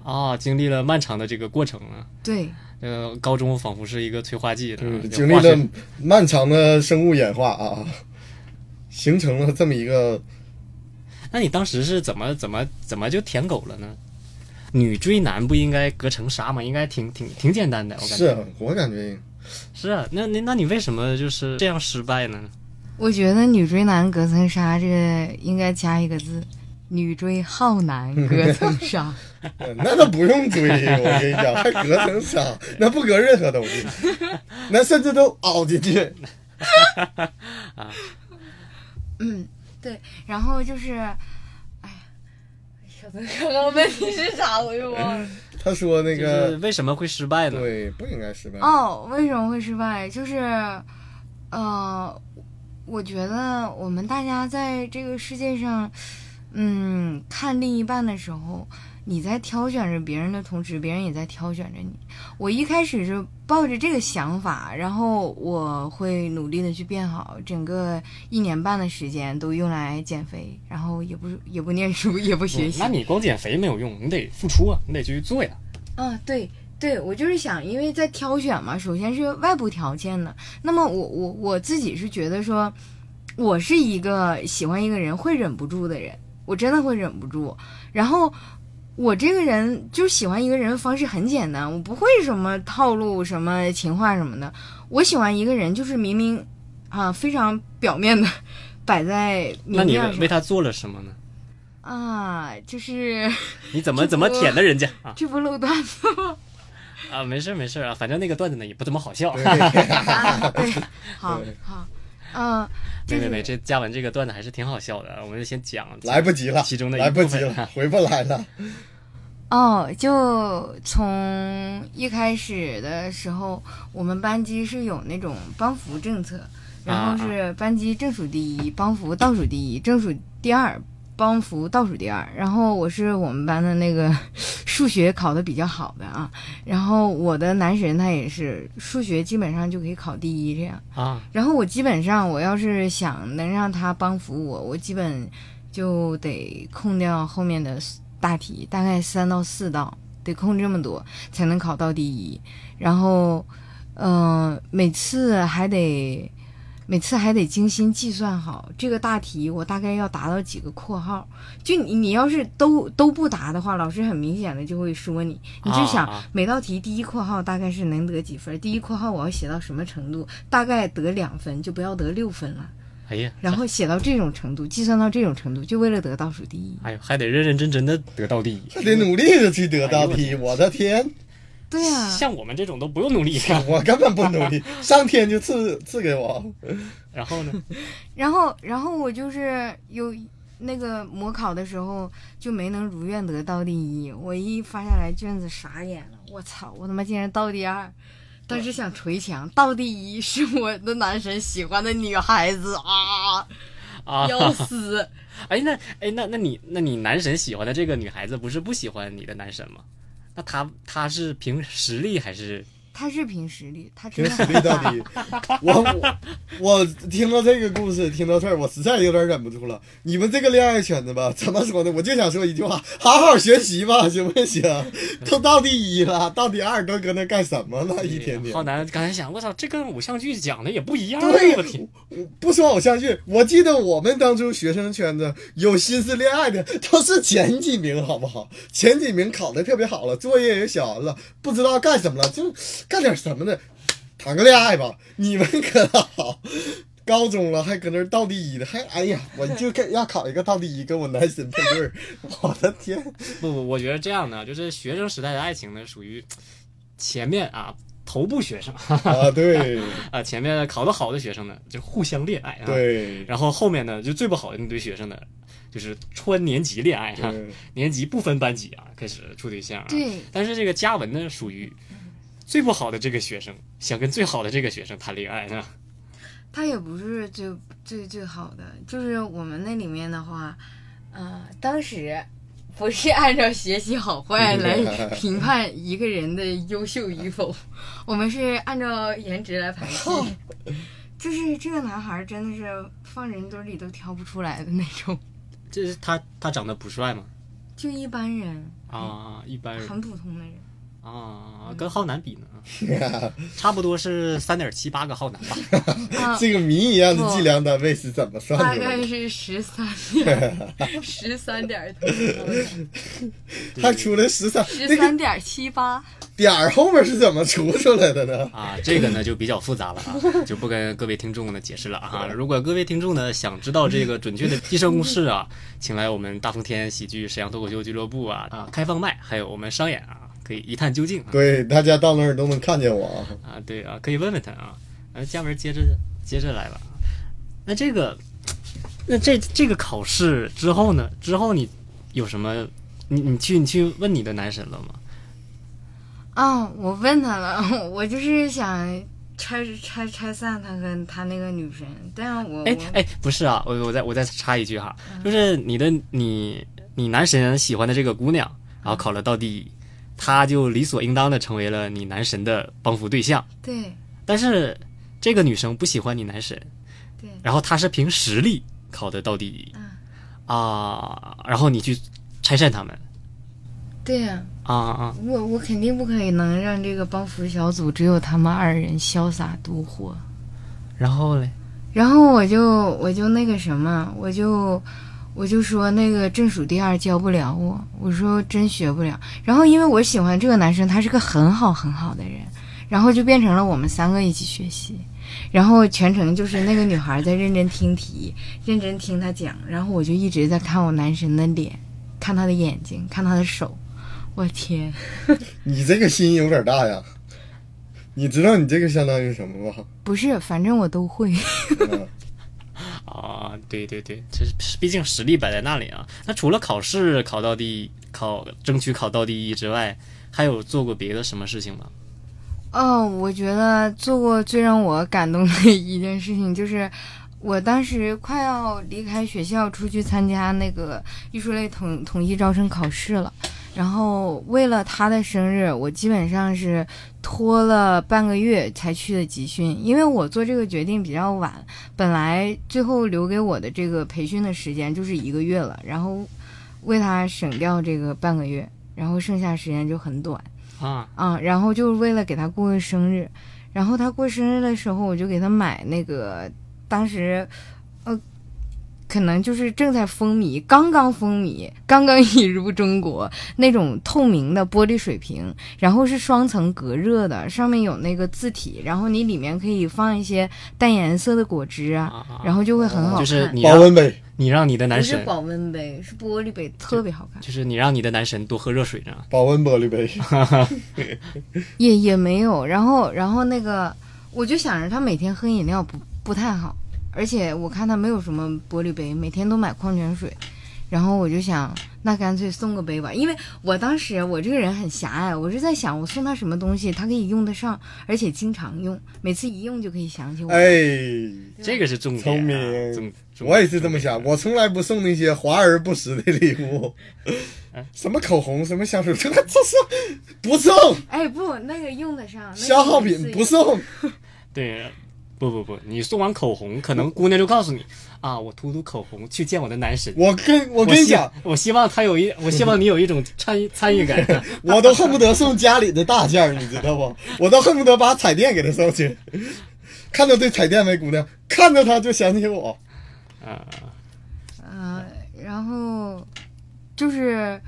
[SPEAKER 2] 哦，经历了漫长的这个过程啊。
[SPEAKER 4] 对，
[SPEAKER 2] 呃，高中仿佛是一个催化剂呢，
[SPEAKER 3] 嗯，
[SPEAKER 2] 就
[SPEAKER 3] 经历
[SPEAKER 2] 化学
[SPEAKER 3] 了漫长的生物演化啊，形成了这么一个
[SPEAKER 2] 那你当时是怎么怎么怎么就舔狗了呢？女追男不应该隔层纱吗？应该挺挺挺简单的，我感
[SPEAKER 3] 是
[SPEAKER 2] 觉
[SPEAKER 3] 啊，我感觉
[SPEAKER 2] 是啊。那那那你为什么就是这样失败呢？
[SPEAKER 4] 我觉得女追男隔层纱这个应该加一个字，女追好男隔层纱。
[SPEAKER 3] 呃那都不用追，我跟你讲，还隔层纱，那不隔任何东西，那甚至都凹进去。
[SPEAKER 4] 嗯，对，然后就是，哎呀，小泽刚刚问题是啥，我又忘了。
[SPEAKER 3] 他说那
[SPEAKER 2] 就
[SPEAKER 3] 个
[SPEAKER 2] 是为什么会失败呢？嗯
[SPEAKER 3] 对，不应该失败。
[SPEAKER 4] 哦，为什么会失败？就是，呃，我觉得我们大家在这个世界上，嗯，看另一半的时候，你在挑选着别人的同时，别人也在挑选着你。我一开始是抱着这个想法，然后我会努力的去变好，整个一年半的时间都用来减肥，然后也不也不念书，也不学
[SPEAKER 2] 嗯
[SPEAKER 4] 习。
[SPEAKER 2] 那你光减肥没有用，你得付出啊，你得去做呀。
[SPEAKER 4] 嗯，对对，我就是想，因为在挑选嘛，首先是外部条件的。那么我我我自己是觉得说，我是一个喜欢一个人会忍不住的人，我真的会忍不住。然后我这个人就喜欢一个人的方式很简单，我不会什么套路、什么情话什么的。我喜欢一个人就是明明啊、非常表面的 [laughs] 摆在
[SPEAKER 2] 那
[SPEAKER 4] 明
[SPEAKER 2] 你
[SPEAKER 4] 面
[SPEAKER 2] 为
[SPEAKER 4] 上
[SPEAKER 2] 为他做了什么呢？
[SPEAKER 4] 啊，就是 [laughs]
[SPEAKER 2] 你怎么怎么舔的人家啊
[SPEAKER 4] 这不露段子吗？
[SPEAKER 2] 啊？没事儿没事儿啊，反正那个段子呢也不怎么好 [laughs] 笑。
[SPEAKER 4] 啊，对，好
[SPEAKER 3] 对
[SPEAKER 4] 好，嗯，就
[SPEAKER 2] 没没
[SPEAKER 4] 是
[SPEAKER 2] 没，这嘉文这个段子还是挺好笑的，我们就先讲。
[SPEAKER 3] 来不及了，
[SPEAKER 2] 其中的一
[SPEAKER 3] 来不
[SPEAKER 2] 部
[SPEAKER 3] 及
[SPEAKER 2] 分
[SPEAKER 3] 了，回不来了。
[SPEAKER 4] 哦，就从一开始的时候，我们班级是有那种帮扶政策，然后
[SPEAKER 2] 啊
[SPEAKER 4] 是班级正数第一，帮扶倒数第一，正数第二。帮扶倒数第二，然后我是我们班的那个数学考的比较好的啊，然后我的男神他也是数学基本上就可以考第一这样，
[SPEAKER 2] 啊，
[SPEAKER 4] 然后我基本上，我要是想能让他帮扶我，我基本就得空掉后面的大题，大概三到四道，得空这么多才能考到第一。然后，嗯、每次还得，每次还得精心计算好这个大题，我大概要达到几个括号。就你，你要是都都不答的话，老师很明显的就会说你，你就想
[SPEAKER 2] 啊啊
[SPEAKER 4] 每道题第一括号大概是能得几分，第一括号我要写到什么程度，大概得两分就不要得六分了，
[SPEAKER 2] 哎呀，
[SPEAKER 4] 然后写到这种程度，计算到这种程度，就为了得倒数第一。
[SPEAKER 2] 哎呦，还得认认真真的得到第一。
[SPEAKER 3] 还得努力的去得到第一，我的天，
[SPEAKER 4] 对啊呀、
[SPEAKER 2] 像我们这种都不用努力。 [laughs]
[SPEAKER 3] 我根本不努力，上天就赐赐给我。
[SPEAKER 2] 然后呢？
[SPEAKER 4] 然后然后我就是有那个模考的时候就没能如愿得到第一，我一发下来卷子傻眼了，我操，我他妈竟然倒第二。当时想捶墙，倒第一是我的男神喜欢的女孩子啊，
[SPEAKER 2] 啊，
[SPEAKER 4] 要死！
[SPEAKER 2] 哎，那哎，那那你那你男神喜欢的这个女孩子，不是不喜欢你的男神吗？那他他是凭实力还是
[SPEAKER 4] 他是凭实力，他真
[SPEAKER 3] 凭实
[SPEAKER 4] 的很
[SPEAKER 3] 力到
[SPEAKER 4] 大。
[SPEAKER 3] 底，我我我听到这个故事，听到这儿，我实在有点忍不住了。你们这个恋爱圈子吧，怎么说呢？我就想说一句话：好好学习吧，行不行？都到第一了，到第二都搁那干什么呢？一天天
[SPEAKER 2] 浩。南刚才想，我操，这跟偶像剧讲的也不一样啊。
[SPEAKER 3] 对
[SPEAKER 2] 我天，
[SPEAKER 3] 我不说偶像剧，我记得我们当初学生圈子有心思恋爱的都是前几名，好不好？前几名考的特别好了，作业也写完了，不知道干什么了，就干点什么的，谈个恋爱吧。你们可好？高中了还搁那儿倒第一的，还哎呀，我就跟要考一个倒第一，跟我男神配对儿， [laughs] 啊我的天！
[SPEAKER 2] 不不，我觉得这样的就是学生时代的爱情呢，属于前面啊头部学生 [laughs]
[SPEAKER 3] 啊，对
[SPEAKER 2] 啊，前面考得好的学生呢就互相恋爱啊，，
[SPEAKER 3] 对
[SPEAKER 2] 然后后面呢就最不好的那堆学生呢，就是穿年级恋爱哈、
[SPEAKER 3] 对
[SPEAKER 2] 年级不分班级啊，开始处对象、啊。
[SPEAKER 4] 对，
[SPEAKER 2] 但是这个嘉文呢，属于最不好的这个学生，想跟最好的这个学生谈恋爱呢。
[SPEAKER 4] 他也不是最最最好的，就是我们那里面的话，呃，当时不是按照学习好坏来评判一个人的优秀与否，我们是按照颜值来排序。就是这个男孩儿真的是放人堆里都挑不出来的那种，
[SPEAKER 2] 这是他他长得不帅吗？
[SPEAKER 4] 就一般人，
[SPEAKER 2] 啊，一般人
[SPEAKER 4] 很普通的人。
[SPEAKER 2] 啊，跟浩南比呢，差不多是三点七八个浩南吧。
[SPEAKER 4] 啊，哎
[SPEAKER 3] 这个谜一样的
[SPEAKER 4] 不
[SPEAKER 3] 计量单位是怎么算
[SPEAKER 4] 大
[SPEAKER 3] 出来
[SPEAKER 4] 概
[SPEAKER 3] 的？
[SPEAKER 4] 是十三点，十三点多，
[SPEAKER 3] 还出来十三，
[SPEAKER 4] 十
[SPEAKER 3] 这个
[SPEAKER 4] 三点七八。
[SPEAKER 3] 点儿后面是怎么除出来的呢？
[SPEAKER 2] 啊，这个呢就比较复杂了啊，就不跟各位听众呢解释了啊。如果各位听众呢想知道这个准确的计算公式啊，请来我们大风天喜剧沈阳脱口秀俱乐部啊啊开放麦，还有我们商演啊，可以一探究竟啊。
[SPEAKER 3] 对，大家到那儿都能看见我啊。
[SPEAKER 2] 啊，对啊，可以问问他啊。呃，嘉文接着接着来吧。啊那这个，那这这个考试之后呢？之后你有什么？你你去你去问你的男神了吗？
[SPEAKER 4] 啊、我问他了， [laughs] 我就是想拆拆拆散他和他那个女神，但我
[SPEAKER 2] 哎
[SPEAKER 4] 我
[SPEAKER 2] 哎，不是啊，我我再我再插一句哈，就是你的你你男神喜欢的这个姑娘，然后考了到第一，她就理所应当的成为了你男神的帮扶对象。
[SPEAKER 4] 对
[SPEAKER 2] 但是这个女生不喜欢你男神，
[SPEAKER 4] 对嗯
[SPEAKER 2] 然后她是凭实力考的到第一，啊，然后你去拆散他们，
[SPEAKER 4] 对呀、
[SPEAKER 2] 啊啊，
[SPEAKER 4] 我我肯定不可能让这个帮扶小组只有他们二人潇洒独活。
[SPEAKER 2] 然后嘞，
[SPEAKER 4] 然后我就我就那个什么，我就我就说那个正数第二教不了我，我说真学不了。然后因为我喜欢这个男生，他是个很好很好的人，然后就变成了我们三个一起学习。然后全程就是那个女孩在认真听题，认真听他讲，然后我就一直在看我男神的脸，看他的眼睛，看他的手，我天！
[SPEAKER 3] 你这个心有点大呀。你知道你这个相当于什么吧？啊
[SPEAKER 4] 不是，反正我都会。
[SPEAKER 3] 嗯
[SPEAKER 2] 啊，对对对，这是毕竟实力摆在那里啊。那除了考试考到第一，考争取考到第一之外，还有做过别的什么事情吗？
[SPEAKER 4] 哦，我觉得做过最让我感动的一件事情就是。我当时快要离开学校出去参加那个艺术类统统一招生考试了，然后为了他的生日，我基本上是拖了半个月才去的集训，因为我做这个决定比较晚，本来最后留给我的这个培训的时间就是一个月了，然后为他省掉这个半个月，然后剩下时间就很短。
[SPEAKER 2] 啊，
[SPEAKER 4] 啊，然后就是为了给他过个生日，然后他过生日的时候，我就给他买那个，当时，呃，可能就是正在风靡，刚刚风靡，刚 [laughs] 刚引入中国那种透明的玻璃水瓶，然后是双层隔热的，上面有那个字体，然后你里面可以放一些淡颜色的果汁啊，
[SPEAKER 2] 啊啊
[SPEAKER 4] 然后就会很好
[SPEAKER 2] 就
[SPEAKER 4] 看。
[SPEAKER 2] 是你啊
[SPEAKER 3] 保
[SPEAKER 2] 让
[SPEAKER 3] 温杯，
[SPEAKER 2] 你让你的
[SPEAKER 4] 不
[SPEAKER 2] 男
[SPEAKER 4] 是
[SPEAKER 2] 神，
[SPEAKER 4] 保温杯，是玻璃杯，特别好看。
[SPEAKER 2] 就是你让你的男神多喝热水呢。
[SPEAKER 3] 保温玻璃杯。
[SPEAKER 4] 也也没有。然后然后那个，我就想着他每天喝饮料不不太好，而且我看他没有什么玻璃杯，每天都买矿泉水。然后我就想，那干脆送个杯吧，因为我当时我这个人很狭隘，我是在想，我送他什么东西，他可以用得上，而且经常用，每次一用就可以想起我。
[SPEAKER 3] 哎，
[SPEAKER 2] 这个是重点、啊，
[SPEAKER 3] 聪明
[SPEAKER 2] 重重
[SPEAKER 3] 我也是这么
[SPEAKER 2] 重
[SPEAKER 3] 想，
[SPEAKER 2] 点
[SPEAKER 3] 我从来不送那些华而不实的礼物， [laughs] 什么口红，什么香水，这个这是不送，
[SPEAKER 4] 哎，不，那个用得上，那个
[SPEAKER 3] 消耗
[SPEAKER 4] 每次
[SPEAKER 3] 品不送。
[SPEAKER 2] 对，不不不，你送完口红，可能姑娘就告诉你啊，我涂涂口红去见我的男神。
[SPEAKER 3] 我跟我
[SPEAKER 2] 我
[SPEAKER 3] 跟你
[SPEAKER 2] 希
[SPEAKER 3] 讲，，
[SPEAKER 2] 我希望他有一，我希望你有一种参与参与感。啊
[SPEAKER 3] 我都恨不得送家里的大件儿，你知道不？我都恨不得把彩电给他送去。看到这彩电没，姑娘？看到它就想起我。
[SPEAKER 2] 啊，
[SPEAKER 4] 嗯，然后就是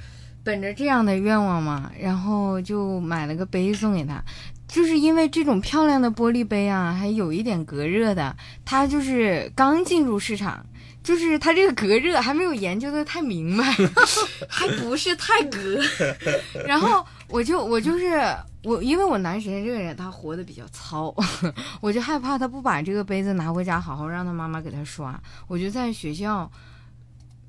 [SPEAKER 4] 本着这样的愿望嘛，然后就买了个杯送给他。就是因为这种漂亮的玻璃杯啊，还有一点隔热的，它就是刚进入市场，就是它这个隔热还没有研究的太明白， [laughs] 还不是太隔。然后我就我就是我，因为我男神这个人他活得比较糙， [laughs] 我就害怕他不把这个杯子拿回家，好好让他妈妈给他刷。我就在学校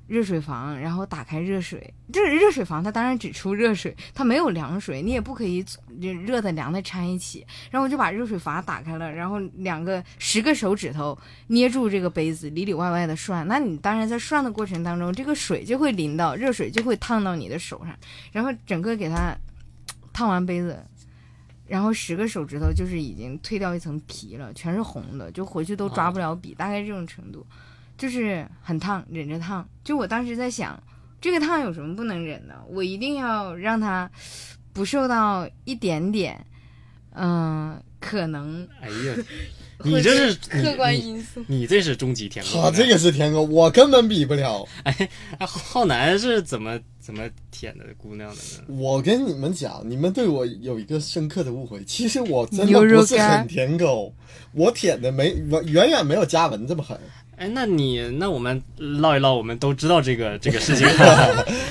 [SPEAKER 4] 热水房，然后打开热水。这热水房它当然只出热水，它没有凉水，你也不可以热热的凉的掺一起。然后我就把热水阀打开了，然后两个十个手指头捏住这个杯子，里里外外的涮。那你当然在涮的过程当中，这个水就会淋到，热水就会烫到你的手上，然后整个给它烫完杯子。然后十个手指头就是已经褪掉一层皮了，全是红的，就回去都抓不了笔，大概这种程度。就是很烫，忍着烫。就我当时在想，这个烫有什么不能忍的？我一定要让它不受到一点点，嗯、可能
[SPEAKER 2] 哎呀，
[SPEAKER 4] 会
[SPEAKER 2] 你这是
[SPEAKER 4] 客观
[SPEAKER 2] 你
[SPEAKER 4] 因素。
[SPEAKER 2] 你你这是终极舔狗。
[SPEAKER 3] 他啊这个是天哥，我根本比不了。
[SPEAKER 2] 哎，浩浩南是怎么怎么舔的姑娘的呢？
[SPEAKER 3] 我跟你们讲，你们对我有一个深刻的误会。其实我真的
[SPEAKER 4] 牛肉
[SPEAKER 3] 不是
[SPEAKER 4] 干
[SPEAKER 3] 很舔狗，我舔的没我远远没有嘉文这么狠。
[SPEAKER 2] 哎，那你那我们唠一唠，我们都知道这个这个事情。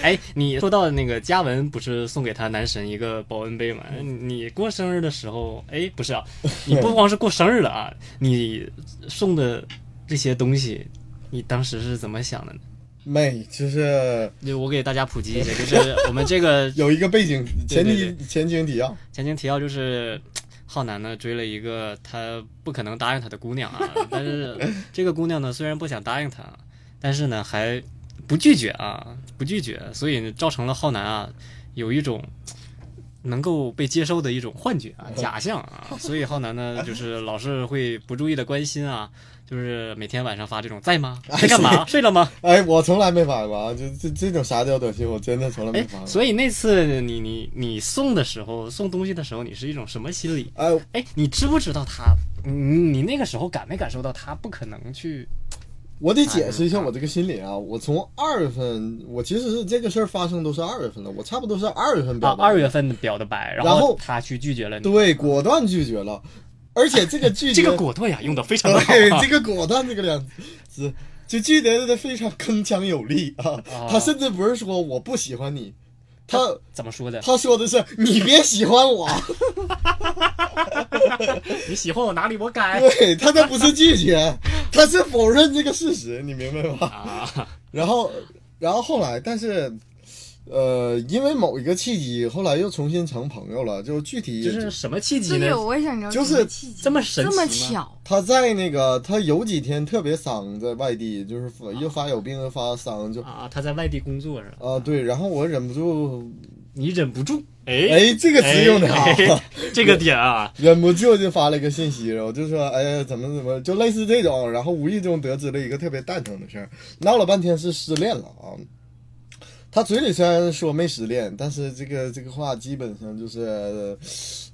[SPEAKER 2] 哎，你说到那个嘉文不是送给他男神一个保温杯吗？你过生日的时候，哎，不是啊，你不光是过生日了啊，你送的这些东西，你当时是怎么想的呢？
[SPEAKER 3] 妹，就是
[SPEAKER 2] 就我给大家普及一下，就是我们这个
[SPEAKER 3] 有一个背景前提
[SPEAKER 2] 对对
[SPEAKER 3] 前情提要，
[SPEAKER 2] 前情提要就是，浩南呢追了一个他不可能答应他的姑娘啊，但是这个姑娘呢虽然不想答应他，但是呢还不拒绝啊，不拒绝，所以呢造成了浩南啊有一种。能够被接受的一种幻觉啊，假象啊，所以浩南呢，就是老是会不注意的关心啊，就是每天晚上发这种在吗？在干嘛？睡了吗？
[SPEAKER 3] 哎，我从来没发过啊，就这这种沙雕短信，我真的从来没
[SPEAKER 2] 哎
[SPEAKER 3] 发，过。
[SPEAKER 2] 所以那次你你你送的时候，送东西的时候，你是一种什么心理？
[SPEAKER 3] 哎，
[SPEAKER 2] 哎，你知不知道他？你你那个时候感没感受到他不可能去？
[SPEAKER 3] 我得解释一
[SPEAKER 2] 哎
[SPEAKER 3] 下我这个心理啊，我从二月份，我其实是这个事儿发生都是二月份的，我差不多是二月份
[SPEAKER 2] 啊
[SPEAKER 3] 表，达的
[SPEAKER 2] 二月份表的白，
[SPEAKER 3] 然
[SPEAKER 2] 后
[SPEAKER 3] 后
[SPEAKER 2] 他去拒绝了你。
[SPEAKER 3] 对，果断拒绝了，而且这个拒
[SPEAKER 2] [laughs] 这
[SPEAKER 3] 绝，
[SPEAKER 2] 个果断呀，用的非常的好
[SPEAKER 3] 对
[SPEAKER 2] 啊。
[SPEAKER 3] 这个果断这个两字，就拒绝的非常铿锵有力啊
[SPEAKER 2] 啊。
[SPEAKER 3] 他甚至不是说我不喜欢你，他
[SPEAKER 2] 怎么说的？
[SPEAKER 3] 他说的是你别喜欢我，
[SPEAKER 2] 你喜欢我哪里我改
[SPEAKER 3] 对他这不是拒绝，他是否认这个事实，你明白吗？
[SPEAKER 2] 啊。
[SPEAKER 3] 然后，然后后来，但是，呃，因为某一个契机，后来又重新成朋友了。就具体
[SPEAKER 2] 就是什么契机
[SPEAKER 4] 这
[SPEAKER 2] 呢
[SPEAKER 4] 个？我也想知道，
[SPEAKER 3] 就是
[SPEAKER 2] 这么神
[SPEAKER 4] 这
[SPEAKER 2] 奇吗
[SPEAKER 4] 么巧，
[SPEAKER 3] 他在那个，他有几天特别丧，在外地，就是发又发有病又发丧，就啊、啊
[SPEAKER 2] 啊，他在外地工作是吧？
[SPEAKER 3] 对。然后我忍不住，
[SPEAKER 2] 你忍不住哎
[SPEAKER 3] 哎，这个词用的好。
[SPEAKER 2] 哎
[SPEAKER 3] [laughs]
[SPEAKER 2] 哎这个点啊，
[SPEAKER 3] 忍不住就发了一个信息，我就说，哎呀，怎么怎么，就类似这种，然后无意中得知了一个特别蛋疼的事儿，闹了半天是失恋了啊。他嘴里虽然说没失恋，但是这个这个话基本上就是，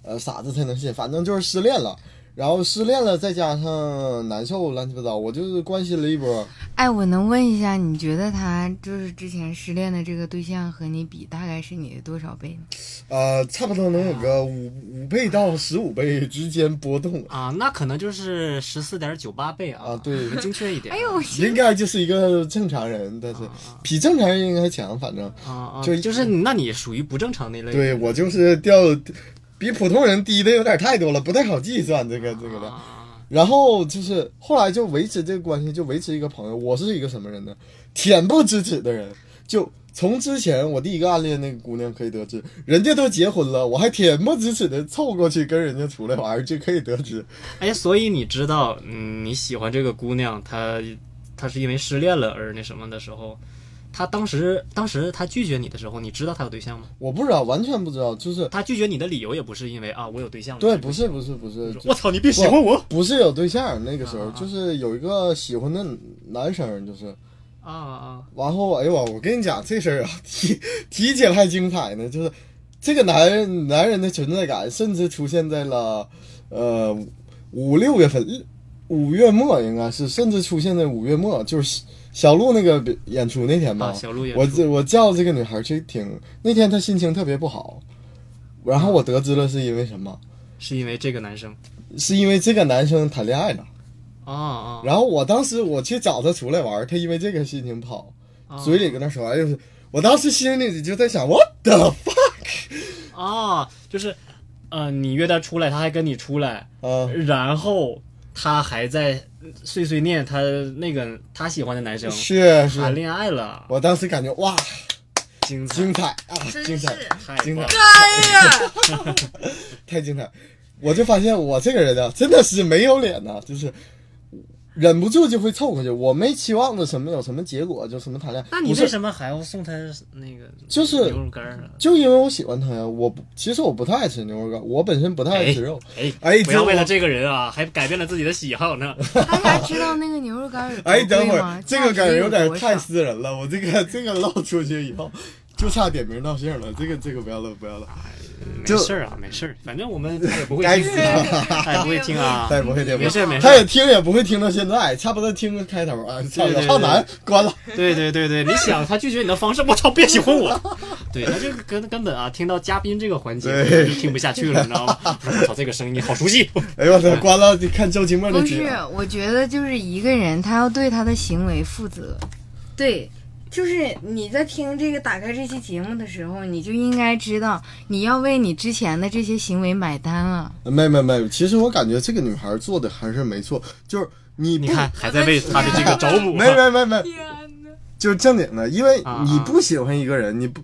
[SPEAKER 3] 呃，傻子才能信，反正就是失恋了。然后失恋了，再加上难受乱七八糟，我就是关心了一波。
[SPEAKER 4] 哎，我能问一下，你觉得他就是之前失恋的这个对象和你比，大概是你的多少倍呢？
[SPEAKER 3] 呃，差不多能有个五五倍到十五倍之间波动
[SPEAKER 2] 啊，那可能就是十四点九八倍啊
[SPEAKER 3] 啊，，对，
[SPEAKER 2] 精确一点。哎
[SPEAKER 4] 哎呦，我
[SPEAKER 3] 应该就是一个正常人，但是比正常人应该强，反正。
[SPEAKER 2] 啊啊，
[SPEAKER 3] 就
[SPEAKER 2] 就是你那你属于不正常那类。
[SPEAKER 3] 对我就是掉比普通人低的有点太多了，不太好计算这个这个的。
[SPEAKER 2] 啊，
[SPEAKER 3] 然后就是后来就维持这个关系，就维持一个朋友。我是一个什么人呢？恬不知耻的人。就从之前我第一个暗恋那个姑娘可以得知，人家都结婚了，我还恬不知耻的凑过去跟人家出来玩儿，就可以得知。
[SPEAKER 2] 哎，所以你知道，嗯，你喜欢这个姑娘，她她是因为失恋了而那什么的时候，他当时当时他拒绝你的时候，你知道他有对象吗？
[SPEAKER 3] 我不知道，完全不知
[SPEAKER 2] [laughs]
[SPEAKER 3] 道，就是
[SPEAKER 2] 他拒绝你的理由也不是因为啊我有对象了，
[SPEAKER 3] 对，
[SPEAKER 2] 不
[SPEAKER 3] 不是不是不是，
[SPEAKER 2] 我操你别喜欢我
[SPEAKER 3] 不是有对象，那个时候
[SPEAKER 2] 啊啊
[SPEAKER 3] 就是有一个喜欢的男生，就是，
[SPEAKER 2] 啊啊！
[SPEAKER 3] 然后哎呦我我跟你讲这事儿啊， [laughs] 提提起来还精彩呢，就是这个男人男人的存在感，甚至出现在了呃五六月份，五月末应该是，甚至出现在五月末，就是小鹿那个演出那天吧，
[SPEAKER 2] 啊小鹿也
[SPEAKER 3] 嗯我这我叫这个女孩去听，那天她心情特别不好，然后
[SPEAKER 2] 啊
[SPEAKER 3] 我得知了是因为什么，
[SPEAKER 2] 是因为这个男生
[SPEAKER 3] 是因为这个男生谈恋爱了。
[SPEAKER 2] 啊啊，
[SPEAKER 3] 然后我当时我去找她出来玩，她因为这个心情不好，
[SPEAKER 2] 啊
[SPEAKER 3] 嘴里搁那说，哎呦，我当时心里就在想，what the fuck
[SPEAKER 2] 啊，就是呃，你约他出来，他还跟你出来，
[SPEAKER 3] 啊，
[SPEAKER 2] 然后他还在碎碎念他那个他喜欢的男生
[SPEAKER 3] 是
[SPEAKER 2] 谈
[SPEAKER 3] 是，
[SPEAKER 2] 恋爱了，
[SPEAKER 3] 我当时感觉哇，
[SPEAKER 2] 精彩
[SPEAKER 3] 精彩啊，
[SPEAKER 5] 真
[SPEAKER 3] 精
[SPEAKER 5] 是
[SPEAKER 3] 彩，
[SPEAKER 2] 太
[SPEAKER 3] 精彩
[SPEAKER 2] 棒了，
[SPEAKER 3] 太精彩！我就发现我这个人啊，真的是没有脸呐、就是忍不住就会凑过去。我没期望着什么有什么结果，就什么谈恋爱。
[SPEAKER 2] 那你
[SPEAKER 3] 不
[SPEAKER 2] 为
[SPEAKER 3] 是
[SPEAKER 2] 什么还要送他那个
[SPEAKER 3] 就是
[SPEAKER 2] 牛肉干儿啊？
[SPEAKER 3] 就因为我喜欢他呀？我不其实我不太爱吃牛肉干，我本身不太爱吃肉。
[SPEAKER 2] 哎
[SPEAKER 3] 哎
[SPEAKER 2] 不要
[SPEAKER 3] 这
[SPEAKER 2] 为了
[SPEAKER 3] 我
[SPEAKER 2] 这个人啊， [laughs] 还改变了自己的喜好 [laughs] 呢。
[SPEAKER 4] [laughs] 大家知道那个牛肉干有多
[SPEAKER 3] 哎，
[SPEAKER 4] 贵
[SPEAKER 3] 等会
[SPEAKER 4] 吗
[SPEAKER 3] 儿这个
[SPEAKER 4] 价
[SPEAKER 3] 梗
[SPEAKER 4] 值
[SPEAKER 3] 有点
[SPEAKER 4] 多
[SPEAKER 3] 太
[SPEAKER 4] 少
[SPEAKER 3] 私人了，我这个这个唠出去以后，就差点名道姓了。这个这个不要了，不要了，
[SPEAKER 2] 没
[SPEAKER 3] 就
[SPEAKER 2] 事儿啊，没事儿，反正我们他也不会
[SPEAKER 3] 该
[SPEAKER 2] 听
[SPEAKER 3] 死
[SPEAKER 2] 啊， [laughs]
[SPEAKER 3] 了，
[SPEAKER 2] 他也不会听
[SPEAKER 3] [laughs]
[SPEAKER 2] 啊
[SPEAKER 3] 他。也不会听
[SPEAKER 2] 没事没事
[SPEAKER 3] 他也听也不会听到现在，差不多听个
[SPEAKER 2] [laughs]
[SPEAKER 3] 开头啊。操，
[SPEAKER 2] 对对
[SPEAKER 3] 浩南关了。
[SPEAKER 2] 对对对对，你想他拒绝你的方式， [laughs] 我操，别喜欢我。 [laughs] 对，他就根根本啊，听到嘉宾这个环节
[SPEAKER 3] 对
[SPEAKER 2] 就听不下去了，你知道
[SPEAKER 3] [laughs]
[SPEAKER 2] 吗？我操，这个声音好熟悉。
[SPEAKER 3] 哎呦我操，关了！你看周奇墨那
[SPEAKER 4] 不
[SPEAKER 3] 集
[SPEAKER 4] 是，我觉得就是一个人，他要对他的行为负责。对，就是你在听这个打开这期节目的时候，你就应该知道你要为你之前的这些行为买
[SPEAKER 3] [laughs]
[SPEAKER 4] 单了。
[SPEAKER 3] 没没没，其实我感觉这个女孩做的还是没错，就是你不
[SPEAKER 2] 你
[SPEAKER 3] [laughs]
[SPEAKER 2] 看，还在为他的这 [laughs] 个找补。
[SPEAKER 3] 没 [laughs] 没没没，
[SPEAKER 4] 天哪！
[SPEAKER 3] 就是正经的，因为
[SPEAKER 2] 啊
[SPEAKER 3] 你不喜欢一个人，你不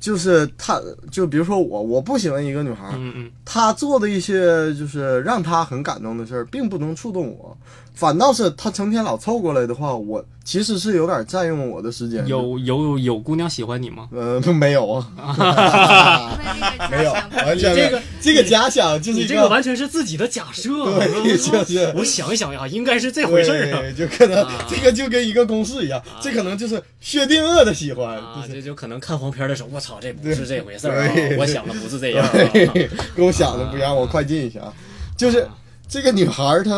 [SPEAKER 3] 就是他，就比如说我，我不喜欢一个女孩，
[SPEAKER 2] 嗯嗯，
[SPEAKER 3] 她做的一些就是让她很感动的事儿，并不能触动我，反倒是她成天老凑过来的话，我其实是有点占用我的时间。
[SPEAKER 2] 有有有姑娘喜欢你吗？
[SPEAKER 3] 呃没有啊，没有，完全没
[SPEAKER 2] 你这
[SPEAKER 3] 有
[SPEAKER 2] 个
[SPEAKER 3] 这个假想就是
[SPEAKER 2] 你
[SPEAKER 3] 一
[SPEAKER 2] 这个完全是自己的假设。
[SPEAKER 3] 对， [laughs] 就是
[SPEAKER 2] 我想一想呀，应该是这回事儿啊。
[SPEAKER 3] 对，就可能、
[SPEAKER 2] 啊
[SPEAKER 3] 这个就跟一个公式一样，这可能就是薛定谔的喜欢，
[SPEAKER 2] 啊，
[SPEAKER 3] 就
[SPEAKER 2] 这
[SPEAKER 3] 是
[SPEAKER 2] 就可能看黄片的时候，我操，这不是这回事儿啊
[SPEAKER 3] 对！
[SPEAKER 2] 我想的不是
[SPEAKER 3] [laughs]
[SPEAKER 2] 这样啊。
[SPEAKER 3] 跟我想的不一样。我快进一下，啊，就是这个女孩儿她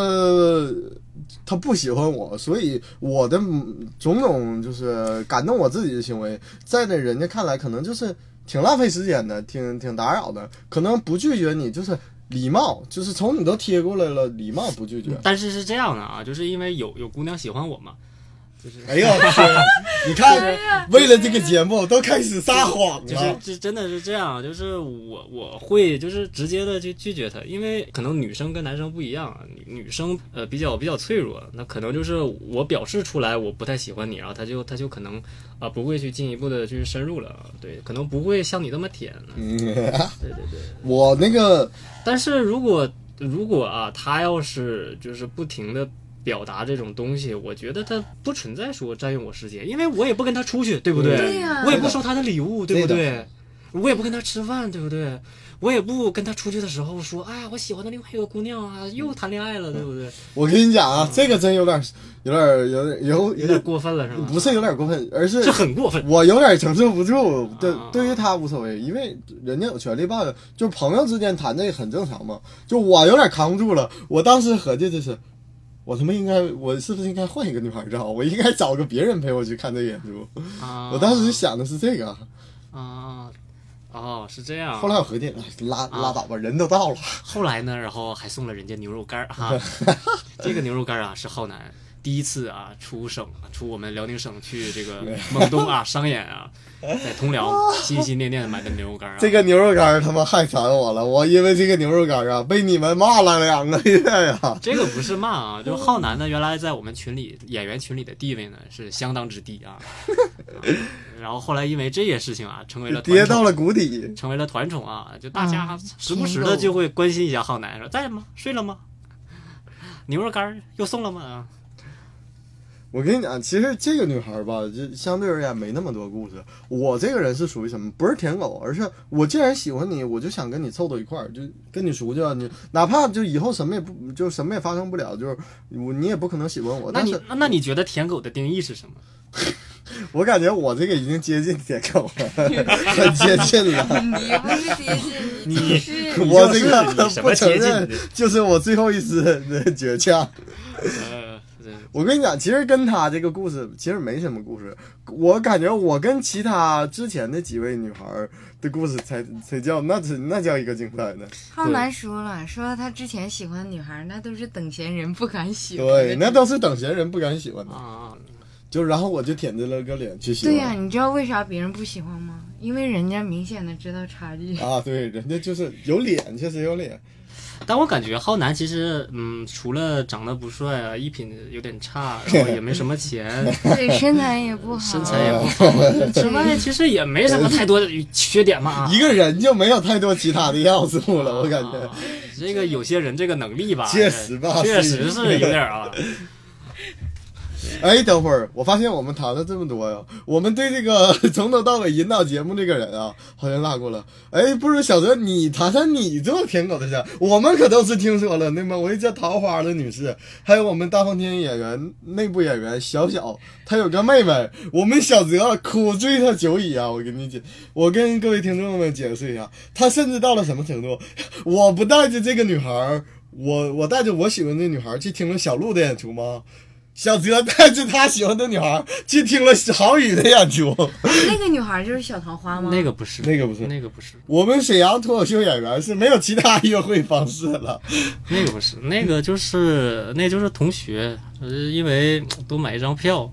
[SPEAKER 3] 她不喜欢我，所以我的种种就是感动我自己的行为，在那人家看来可能就是挺浪费时间的，挺挺打扰的，可能不拒绝你就是。礼貌就是从你都贴过来了，礼貌不拒绝。
[SPEAKER 2] 但是是这样的啊，就是因为有有姑娘喜欢我嘛，
[SPEAKER 3] 哎呦，天你看，
[SPEAKER 2] [laughs]
[SPEAKER 3] 为了这个节目都开始撒谎了。
[SPEAKER 2] 就是这真的是这样，就是我我会就是直接的去拒绝她，因为可能女生跟男生不一样，啊女女生呃比较比较脆弱，那可能就是我表示出来我不太喜欢你，然后她就她就可能啊、不会去进一步的去深入了，对，可能不会像你那么舔，
[SPEAKER 3] 嗯，
[SPEAKER 2] 对对对。
[SPEAKER 3] [laughs] 我那个
[SPEAKER 2] 但是如果如果啊，他要是就是不停的表达这种东西，我觉得他不存在说占用我时间，因为我也不跟他出去，对不对？
[SPEAKER 3] 对
[SPEAKER 4] 呀
[SPEAKER 2] 我也不收他的礼物，
[SPEAKER 3] 对
[SPEAKER 2] 对
[SPEAKER 3] 的
[SPEAKER 2] 不对？我也不跟他吃饭，对不对？我也不跟他出去的时候说，哎呀，我喜欢的另外一个姑娘啊，又谈恋爱了，对不对？
[SPEAKER 3] 我跟你讲啊，这个真有点，有点，有点，有
[SPEAKER 2] 有点，过分了，是吗？
[SPEAKER 3] 不是有，点过分，而是
[SPEAKER 2] 这很过分。
[SPEAKER 3] 我有点承受不住。对
[SPEAKER 2] 啊，
[SPEAKER 3] 对于他无所谓，因为人家有权利办，就是朋友之间谈这个很正常嘛。就我有点扛不住了，我当时合计就是，我他妈应该，我是不是应该换一个女孩照？我应该找个别人陪我去看这个演出。
[SPEAKER 2] 啊、
[SPEAKER 3] 我当时想的是这个，
[SPEAKER 2] 啊，哦，是这样。
[SPEAKER 3] 后来我合计，哎拉
[SPEAKER 2] 啊
[SPEAKER 3] 拉倒吧，人都到了。
[SPEAKER 2] 后来呢，然后还送了人家牛肉干儿
[SPEAKER 3] [laughs]
[SPEAKER 2] 哈，这个牛肉干儿啊是浩南第一次啊出省出我们辽宁省去这个蒙东啊商演
[SPEAKER 3] [laughs]
[SPEAKER 2] 啊，在通辽心心念念的买的牛肉干儿啊，
[SPEAKER 3] 这个牛肉干儿他妈害惨我了！我因为这个牛肉干儿啊，被你们骂了两个月呀、
[SPEAKER 2] 这个不是骂啊，
[SPEAKER 3] [laughs]
[SPEAKER 2] 就浩南呢原来在我们群里演员群里的地位呢是相当之低
[SPEAKER 3] [laughs]
[SPEAKER 2] 啊，啊然后后来因为这些事情啊 [laughs] 成为了团
[SPEAKER 3] 跌
[SPEAKER 2] 宠
[SPEAKER 3] 到了谷底。
[SPEAKER 2] 成为了团宠啊，就大家
[SPEAKER 4] 啊
[SPEAKER 2] 时不时的就会关心一下浩南，说在吗？睡了吗？牛肉干儿又送了吗？啊
[SPEAKER 3] 我跟你讲，其实这个女孩吧，就相对而言没那么多故事。我这个人是属于什么？不是舔狗，而是我既然喜欢你，我就想跟你凑到一块儿，就跟你熟去啊。你哪怕就以后什么也不，就什么也发生不了，就是我你也不可能喜欢我。
[SPEAKER 2] 那
[SPEAKER 3] 但
[SPEAKER 2] 你
[SPEAKER 3] 是
[SPEAKER 2] 那那你觉得舔狗的定义是 [laughs] 什么？
[SPEAKER 3] 我感觉我这个已经接近舔狗了，很接
[SPEAKER 2] [laughs]
[SPEAKER 3] 近了。
[SPEAKER 4] 你 [laughs] 不是接近，你
[SPEAKER 3] [laughs]
[SPEAKER 4] 就是
[SPEAKER 3] 我这个
[SPEAKER 2] 你什么
[SPEAKER 3] 不承
[SPEAKER 2] 接近 [laughs]
[SPEAKER 3] 认
[SPEAKER 2] 你，
[SPEAKER 3] 就是我最后一丝的倔强。
[SPEAKER 2] 呃，这
[SPEAKER 3] 我跟你讲，其实跟她这个故事其实没什么故事，我感觉我跟其他之前的几位女孩儿的故事才才叫那是那叫一个精彩呢。
[SPEAKER 4] 浩南说了，说他之前喜欢女孩，那都是等闲人不敢喜欢。
[SPEAKER 3] 对，那都是等闲人不敢喜欢的，
[SPEAKER 2] 啊，
[SPEAKER 3] 就然后我就舔着了个脸去喜
[SPEAKER 4] 对呀、
[SPEAKER 3] 欢。
[SPEAKER 4] 你知道为啥别人不喜欢吗？因为人家明显的知道差
[SPEAKER 3] [laughs]
[SPEAKER 4] 距。
[SPEAKER 3] 啊，对，人家就是有脸，确实有脸。
[SPEAKER 2] 但我感觉浩南其实，嗯，除了长得不帅啊，衣品有点差，然后也没什么钱，
[SPEAKER 3] [laughs]
[SPEAKER 4] 对，身材也不好，嗯
[SPEAKER 2] 身材也不好，之外其实也没什么太多的缺点嘛。啊
[SPEAKER 3] [laughs] 一个人就没有太多其他的要素了，我感觉。
[SPEAKER 2] 啊这个有些人这个能力吧，
[SPEAKER 3] 确实吧
[SPEAKER 2] 确实是有点儿
[SPEAKER 3] [laughs]
[SPEAKER 2] 啊。
[SPEAKER 3] 哎，等会儿，我发现我们谈了这么多呀，我们对这个 [laughs] 从头到尾引导节目这个人啊，好像落过了。哎，不如小哲，你谈谈你做舔狗的事儿，我们可都是听说了，那么我一叫桃花的女士，还有我们大风天演员内部演员小小，她有个妹妹，我们小哲苦追她久矣啊！我跟你讲，我跟各位听众们解释一下，她甚至到了什么程度， [laughs] 我不带着这个女孩儿。我我带着我喜欢的女孩儿去听了小鹿的演出吗？小泽带着他喜欢的女孩去听了郝宇的演出。
[SPEAKER 4] 那个女孩就是小桃花吗？
[SPEAKER 2] 那个不是，
[SPEAKER 3] 那个不是
[SPEAKER 2] 那个不是，
[SPEAKER 3] 我们沈阳脱口秀演员是没有其他约会方式了。
[SPEAKER 2] 那个不是，那个就是，那就是同学，呃因为多买一张票，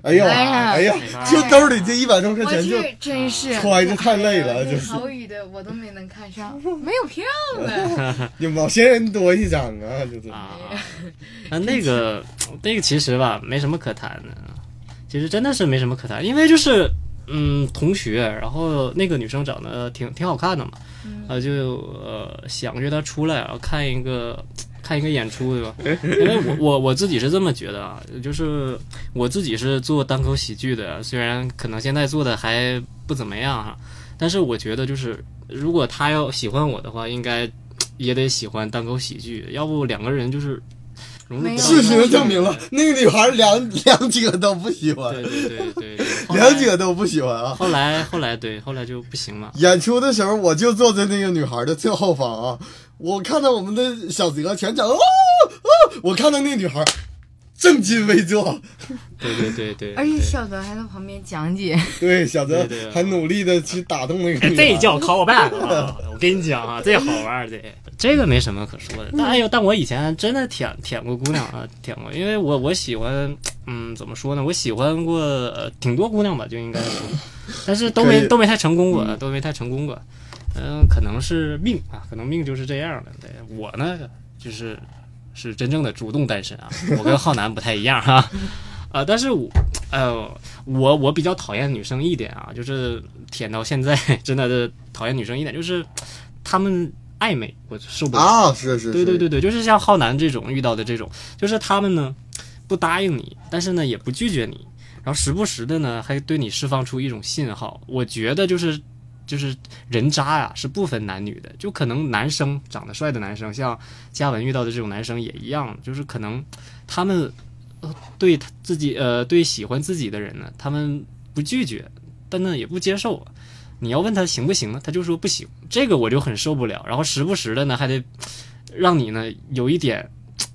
[SPEAKER 3] 哎呀，
[SPEAKER 4] 哎呀
[SPEAKER 3] 哎呀
[SPEAKER 2] 哎，呀
[SPEAKER 3] 就兜里这一百多
[SPEAKER 4] [laughs]
[SPEAKER 3] 块
[SPEAKER 4] 我
[SPEAKER 3] 钱就
[SPEAKER 4] 去，真是
[SPEAKER 3] 揣着太累了，
[SPEAKER 4] 这
[SPEAKER 3] 就是
[SPEAKER 4] 好雨的我都没能看 [laughs] 上，没有票了。
[SPEAKER 3] 有某些人多一张啊，就是
[SPEAKER 2] 啊，那 [laughs] 那个那个其实吧，没什么可谈的，其实真的是没什么可谈，因为就是嗯，同学，然后那个女生长得挺挺好看的嘛，
[SPEAKER 3] 嗯
[SPEAKER 2] 呃，就呃想约她出来，然后看一个。看一个演出，对吧？因为我我我自己是这么觉得啊，就是我自己是做单口喜剧的，虽然可能现在做的还不怎么样哈，但是我觉得就是，如果他要喜欢我的话，应该也得喜欢单口喜剧，要不两个人就是融入不
[SPEAKER 4] 没
[SPEAKER 2] 到
[SPEAKER 3] 事
[SPEAKER 4] 有
[SPEAKER 3] 实
[SPEAKER 2] 一块儿
[SPEAKER 3] 证明了，那个女孩两两者都不喜欢
[SPEAKER 2] 对，对对对对，
[SPEAKER 4] [laughs]
[SPEAKER 2] 后来
[SPEAKER 3] 两者都不喜欢啊。
[SPEAKER 2] 后来后来对后来就不行了。
[SPEAKER 3] 演出的时候，我就坐在那个女孩的最后方啊，我看到我们的小泽全场哦哦，我看到那女孩正襟危坐，
[SPEAKER 2] 对对对对，
[SPEAKER 4] 而且小德还在旁边讲解，
[SPEAKER 3] [laughs] 对小泽
[SPEAKER 2] 对对嗯
[SPEAKER 3] 还努力的去打动那个
[SPEAKER 2] 哎，
[SPEAKER 3] 女孩，
[SPEAKER 2] 这叫 call back 啊！我跟你讲啊，这好玩儿，这 [laughs] 这个没什么可说的。但哎呦，但我以前真的舔舔过姑娘啊，舔过，因为我我喜欢，嗯，怎么说呢？我喜欢过、呃、挺多姑娘吧，就应该说，但是都
[SPEAKER 3] 可
[SPEAKER 2] 没
[SPEAKER 3] 以
[SPEAKER 2] 都没太成功过，都没太成功过。嗯、可能是命啊，可能命就是这样的。对我呢，就是是真正的主动单身啊，我跟浩南不太一样哈、啊。 [laughs] 呃，但是我，呃，我我比较讨厌女生一点啊，就是舔到现在 [laughs] 真的是讨厌女生一点，就是她们暧昧，我受不了。
[SPEAKER 3] 啊，是是是，
[SPEAKER 2] 对对对对，就是像浩南这种遇到的这种，就是他们呢不答应你，但是呢也不拒绝你，然后时不时的呢还对你释放出一种信号。我觉得就是就是人渣呀、是不分男女的，就可能男生长得帅的男生，像嘉文遇到的这种男生也一样，就是可能他们呃对他自己呃对喜欢自己的人呢，他们不拒绝，但呢也不接受。你要问他行不行呢？他就说不行，这个我就很受不了。然后时不时的呢，还得让你呢有一点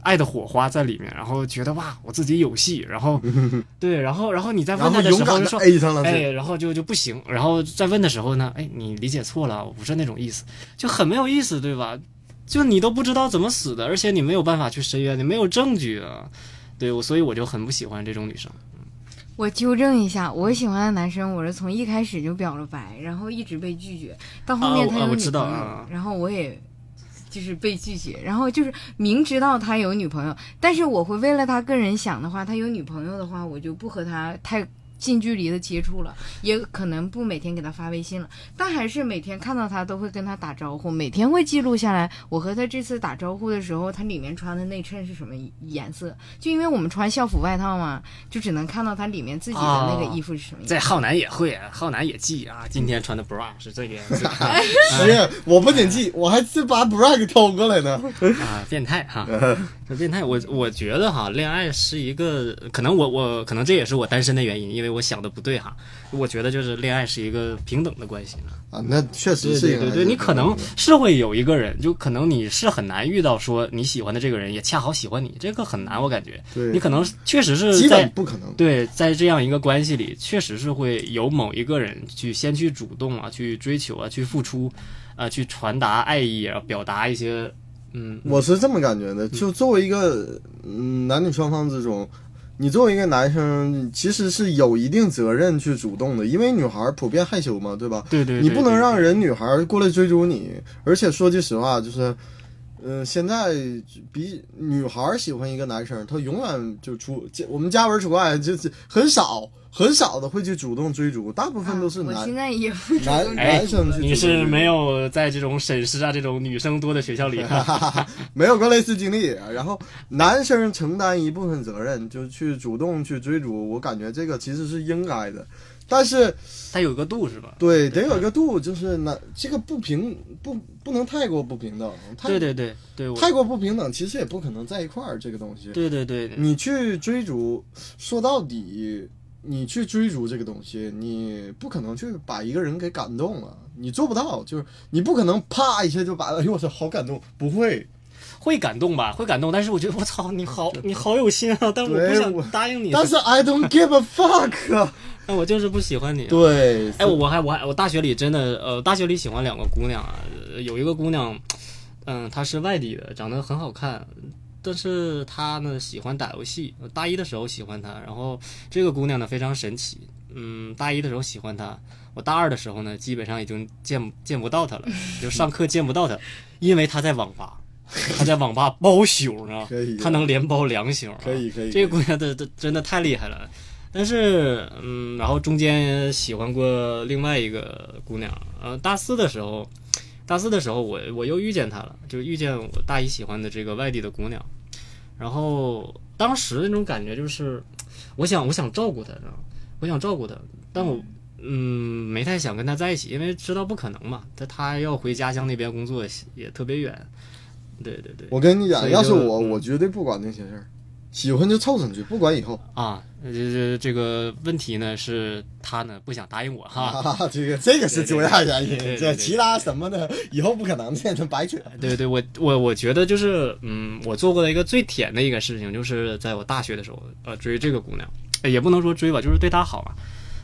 [SPEAKER 2] 爱的火花在里面，然后觉得哇，我自己有戏，然后对，然后然后你在
[SPEAKER 3] 然
[SPEAKER 2] 问
[SPEAKER 3] 后
[SPEAKER 2] 他的
[SPEAKER 3] 勇
[SPEAKER 2] 时候
[SPEAKER 3] 敢
[SPEAKER 2] 就
[SPEAKER 3] 的
[SPEAKER 2] 说
[SPEAKER 3] A 上了，
[SPEAKER 2] 哎，然后就就不行，然后再问的时候呢，哎，你理解错了，我不是那种意思，就很没有意思，对吧？就你都不知道怎么死的，而且你没有办法去申冤，你没有证据啊，对我，所以我就很不喜欢这种女生。
[SPEAKER 4] 我纠正一下，我喜欢的男生，我是从一开始就表了白，然后一直被拒绝，到后面
[SPEAKER 2] 啊
[SPEAKER 4] 他
[SPEAKER 2] 我啊
[SPEAKER 4] 有
[SPEAKER 2] 我
[SPEAKER 4] 女
[SPEAKER 2] 知道
[SPEAKER 4] 朋友
[SPEAKER 2] 啊，
[SPEAKER 4] 然后我也。就是被拒绝，然后就是明知道他有女朋友，但是我会为了他个人想的话，他有女朋友的话，我就不和他太近距离的接触了，也可能不每天给他发微信了，但还是每天看到他都会跟他打招呼，每天会记录下来我和他这次打招呼的时候，他里面穿的内衬是什么颜色，就因为我们穿校服外套嘛，就只能看到他里面自己的那个衣服是什么
[SPEAKER 2] 在
[SPEAKER 4] 样。
[SPEAKER 2] 浩南也会，浩南也记啊，今天穿的 bra 是这个啊颜色哎
[SPEAKER 3] 是，我不仅记，我还是把 bra 给偷过来呢。
[SPEAKER 2] 啊，变态哈，这变态。我我觉得哈，恋爱是一个，可能我我可能这也是我单身的原因，因为我想的不对哈。我觉得就是恋爱是一个平等的关系呢。
[SPEAKER 3] 啊，那确实
[SPEAKER 2] 对
[SPEAKER 3] 是
[SPEAKER 2] 对
[SPEAKER 3] 应该
[SPEAKER 2] 对
[SPEAKER 3] 是
[SPEAKER 2] 对，你可能是会有一个人，就可能你是很难遇到说你喜欢的这个人也恰好喜欢你，这个很难，我感觉。
[SPEAKER 3] 对
[SPEAKER 2] 你可能确实是
[SPEAKER 3] 基
[SPEAKER 2] 在
[SPEAKER 3] 本不可能。
[SPEAKER 2] 对，在这样一个关系里，确实是会有某一个人去先去主动啊，去追求啊，去付出，啊，去传达爱意啊，表达一些，嗯，
[SPEAKER 3] 我是这么感觉的，就作为一个嗯男女双方之中，你作为一个男生，其实是有一定责任去主动的，因为女孩普遍害羞嘛，对吧？
[SPEAKER 2] 对对对
[SPEAKER 3] 你不能让
[SPEAKER 2] 对
[SPEAKER 3] 人女孩过来追逐你，而且说句实话，就是。嗯，现在比女孩喜欢一个男生，她永远就除这我们家文除外，就是很少很少的会去主动追逐，大部分都是
[SPEAKER 4] 啊
[SPEAKER 3] 男、
[SPEAKER 4] 我现在也不主
[SPEAKER 3] 男
[SPEAKER 4] 动
[SPEAKER 2] 哎
[SPEAKER 3] 男生
[SPEAKER 2] 你
[SPEAKER 3] 去主动追
[SPEAKER 2] 是
[SPEAKER 3] 逐
[SPEAKER 2] 没有在这种沈师啊这种女生多的学校
[SPEAKER 3] [laughs]
[SPEAKER 2] 里啊，
[SPEAKER 3] 没有过类似经历，然后男生承担一部分责任，就去主动去追逐，我感觉这个其实是应该的，但是
[SPEAKER 2] 它有个度是吧？
[SPEAKER 3] 对得有一个度，就是男这个不平不不能太过不平等，太
[SPEAKER 2] 对对对对，我
[SPEAKER 3] 太过不平等，其实也不可能在一块儿这个东西。
[SPEAKER 2] 对对对，
[SPEAKER 3] 你去追逐，说到底，你去追逐这个东西，你不可能去把一个人给感动了，你做不到，就是你不可能啪一下就把，哎呦我操，好感动，不
[SPEAKER 2] [laughs]
[SPEAKER 3] 会。
[SPEAKER 2] 会感动吧？会感动，但是我觉得我操，你好，你好有心啊，但是我不
[SPEAKER 3] 对我
[SPEAKER 2] 想答应你，
[SPEAKER 3] 但是 I don't give
[SPEAKER 2] [laughs]
[SPEAKER 3] a fuck。
[SPEAKER 2] 但我就是不喜欢你啊。
[SPEAKER 3] 对，
[SPEAKER 2] 哎，我还我还我大学里真的呃，大学里喜欢两个姑娘啊，呃有一个姑娘，嗯、她是外地的，长得很好看，但是她呢喜欢打游戏。我大一的时候喜欢她，然后这个姑娘呢非常神奇，嗯，大一的时候喜欢她，我大二的时候呢基本上已经见见不到她了，就上课见不到她，因为她在网吧。她在网吧包宿呢
[SPEAKER 3] 可以啊，
[SPEAKER 2] 她能连包两宿啊、
[SPEAKER 3] 可以可以
[SPEAKER 2] 这个姑娘的的真的太厉害了，但是，嗯，然后中间喜欢过另外一个姑娘，呃，大四的时候，大四的时候我我又遇见她了，就遇见我大一喜欢的这个外地的姑娘，然后当时那种感觉就是，我想我想照顾她，你知道吗我想照顾她，但我嗯没太想跟她在一起，因为知道不可能嘛，她她要回家乡那边工作也特别远，对对对，
[SPEAKER 3] 我跟你讲，
[SPEAKER 2] 所以就
[SPEAKER 3] 要是我，
[SPEAKER 2] 嗯
[SPEAKER 3] 我绝对不管那些事儿，喜欢就凑上去，不管以后。
[SPEAKER 2] 啊，这这这个问题呢是她呢不想答应我哈。
[SPEAKER 3] 啊， [laughs] 这个这个是主要原因
[SPEAKER 2] 对对对，
[SPEAKER 3] 这其他什么的以后不可能，这都白扯。
[SPEAKER 2] 对对，我我我觉得就是，嗯，我做过的一个最甜的一个事情，就是在我大学的时候，呃，追这个姑娘，呃也不能说追吧，就是对她好嘛。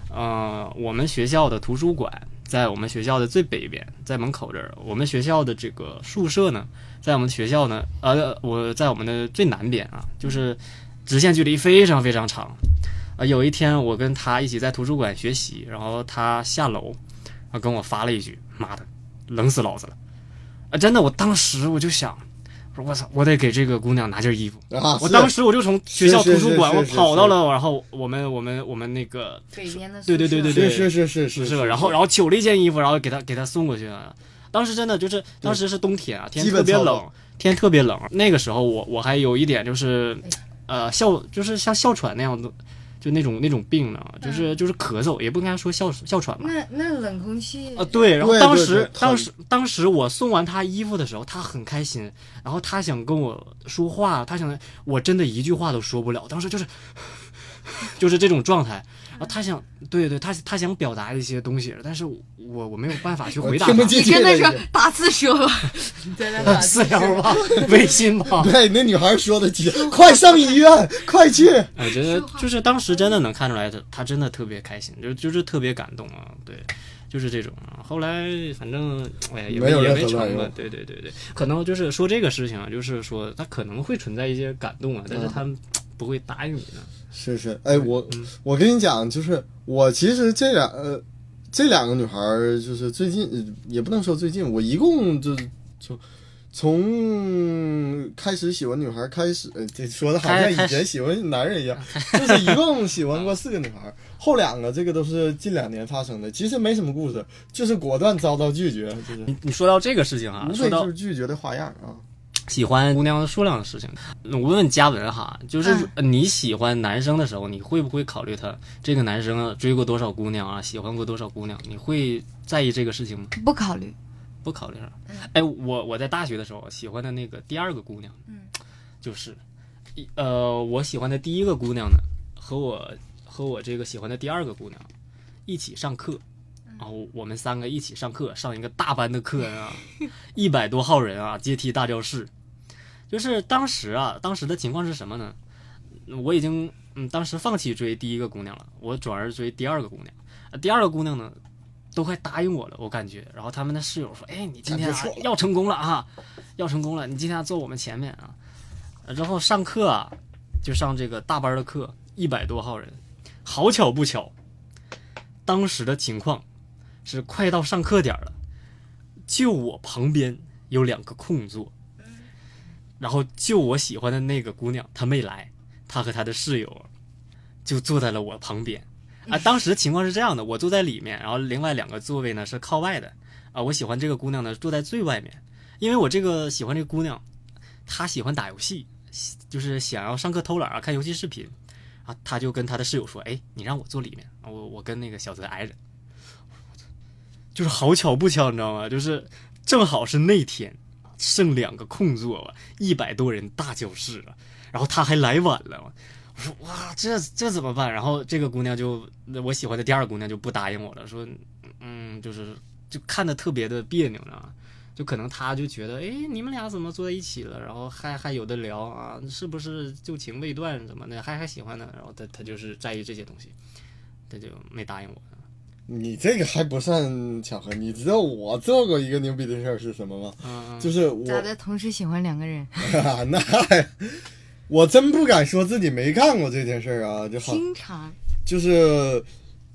[SPEAKER 2] 呃，我们学校的图书馆在我们学校的最北边，在门口这儿。我们学校的这个宿舍呢，在我们学校呢，呃，我在我们的最南边啊，就是直线距离非常非常长。呃，有一天我跟她一起在图书馆学习，然后她下楼，然后跟我发了一句：“妈的，冷死老子了。”啊，真的，我当时我就想，我说我操，我得给这个姑娘拿件衣服。
[SPEAKER 3] 啊，
[SPEAKER 2] 我
[SPEAKER 3] 是
[SPEAKER 2] 当时我就从学校
[SPEAKER 3] 是
[SPEAKER 2] 图
[SPEAKER 3] 是
[SPEAKER 2] 书馆，
[SPEAKER 3] 是
[SPEAKER 2] 我
[SPEAKER 3] 是
[SPEAKER 2] 跑到
[SPEAKER 3] 是
[SPEAKER 2] 了，然后我们我们我们那个
[SPEAKER 4] 北边的宿
[SPEAKER 2] 对对对
[SPEAKER 4] 舍
[SPEAKER 2] 对对
[SPEAKER 3] 是是是是是
[SPEAKER 2] 是吧？然后然后取了一件衣服，然后给她给她送过去啊。当时真的就是，当时是冬天啊，天
[SPEAKER 3] 基本
[SPEAKER 2] 特别
[SPEAKER 3] 操作
[SPEAKER 2] 冷，天特别冷。那个时候我我还有一点就是，呃，哮就是像哮喘那样的，就那种那种病呢，就是就是咳嗽，也不应该说哮哮喘吧，
[SPEAKER 4] 那那冷空气
[SPEAKER 2] 啊，对，然后
[SPEAKER 3] 对
[SPEAKER 2] 当
[SPEAKER 3] 对
[SPEAKER 2] 时
[SPEAKER 3] 对
[SPEAKER 2] 当
[SPEAKER 3] 很
[SPEAKER 2] 时当时我送完他衣服的时候，他很开心，然后他想跟我说话，他想我真的一句话都说不了，当时就是 [laughs] 就是这种状态，然后他想对对，他他想表达一些东西，但是我我没有办法去
[SPEAKER 3] 我
[SPEAKER 2] 回答
[SPEAKER 3] 听不
[SPEAKER 2] 他，
[SPEAKER 3] 进
[SPEAKER 4] 你
[SPEAKER 3] 去
[SPEAKER 4] 跟
[SPEAKER 3] 了
[SPEAKER 4] 他
[SPEAKER 3] 已
[SPEAKER 4] 说
[SPEAKER 3] 经。
[SPEAKER 4] 打字说吧，你在那打字
[SPEAKER 2] [laughs] 私聊吧，微信吧，
[SPEAKER 3] 哎对，那女孩说的急，快上医院，快去！
[SPEAKER 2] 我哎觉得就是当时真的能看出来，他他真的特别开心，就就是特别感动啊，对，就是这种啊。后来反正哎呀也
[SPEAKER 3] 没有
[SPEAKER 2] 也
[SPEAKER 3] 任何
[SPEAKER 2] 没成
[SPEAKER 3] 卵
[SPEAKER 2] 吧
[SPEAKER 3] 用，
[SPEAKER 2] 对对对对，可能就是说这个事情啊，就是说他可能会存在一些感动啊，但是他不会答应你的。
[SPEAKER 3] 是是，哎，我
[SPEAKER 2] 嗯
[SPEAKER 3] 我跟你讲，就是我其实这两呃这两个女孩儿，就是最近呃也不能说最近，我一共就就从开始喜欢女孩开始，呃这说的好像以前喜欢男人
[SPEAKER 2] [laughs]
[SPEAKER 3] 一样，就是一共喜欢过四个女孩，后两个这个都是近两年发生的，其实没什么故事，就是果断遭到拒绝，就是
[SPEAKER 2] 你你说到这个事情哈，
[SPEAKER 3] 无
[SPEAKER 2] 啊说
[SPEAKER 3] 非
[SPEAKER 2] 到
[SPEAKER 3] 就是拒绝的花样啊。
[SPEAKER 2] 喜欢姑娘的数量的事情，我问问嘉文哈，就是你喜欢男生的时候，你会不会考虑他这个男生啊追过多少姑娘啊，喜欢过多少姑娘？你会在意这个事情吗？
[SPEAKER 4] 不考虑，
[SPEAKER 2] 不考虑啊。哎，我我在大学的时候喜欢的那个第二个姑娘，
[SPEAKER 5] 嗯，
[SPEAKER 2] 就是，一呃，我喜欢的第一个姑娘呢，和我和我这个喜欢的第二个姑娘一起上课，然后我们三个一起上课，上一个大班的课啊， [laughs] 一百多号人啊，阶梯大教室，就是当时啊，当时的情况是什么呢？我已经嗯，当时放弃追第一个姑娘了，我转而追第二个姑娘，呃第二个姑娘呢。都快答应我了，我感觉。然后他们的室友说：“哎，你今天、啊
[SPEAKER 3] 感觉错了、
[SPEAKER 2] 要成功了啊，要成功了，你今天、啊、坐我们前面啊。”然后上课啊，就上这个大班的课，一百多号人。好巧不巧，当时的情况是快到上课点儿了，就我旁边有两个空座，然后就我喜欢的那个姑娘她没来，她和她的室友就坐在了我旁边。啊，当时情况是这样的，我坐在里面，然后另外两个座位呢是靠外的。啊，我喜欢这个姑娘呢坐在最外面，因为我这个喜欢这个姑娘，她喜欢打游戏，喜就是想要上课偷懒啊，看游戏视频。啊，她就跟她的室友说：“哎，你让我坐里面，啊我我跟那个小泽挨着。”就是好巧不巧，你知道吗？就是正好是那天，剩两个空座吧，一百多人大教室啊，然后她还来晚了嘛。我说哇，这这怎么办？然后这个姑娘就我喜欢的第二姑娘就不答应我了，说嗯，就是就看的特别的别扭呢。就可能她就觉得，哎，你们俩怎么坐在一起了？然后还还有的聊啊，是不是旧情未断什么的？还还喜欢呢？然后她她就是在意这些东西，她就没答应我。
[SPEAKER 3] 你这个还不算巧合，你知道我做过一个牛逼的事儿是什么吗？
[SPEAKER 2] 嗯，
[SPEAKER 3] 就是我
[SPEAKER 4] 咋的？同时喜欢两个人，
[SPEAKER 3] 啊， [laughs] 那还我真不敢说自己没干过这件事儿啊，就好
[SPEAKER 4] 经常
[SPEAKER 3] 就是。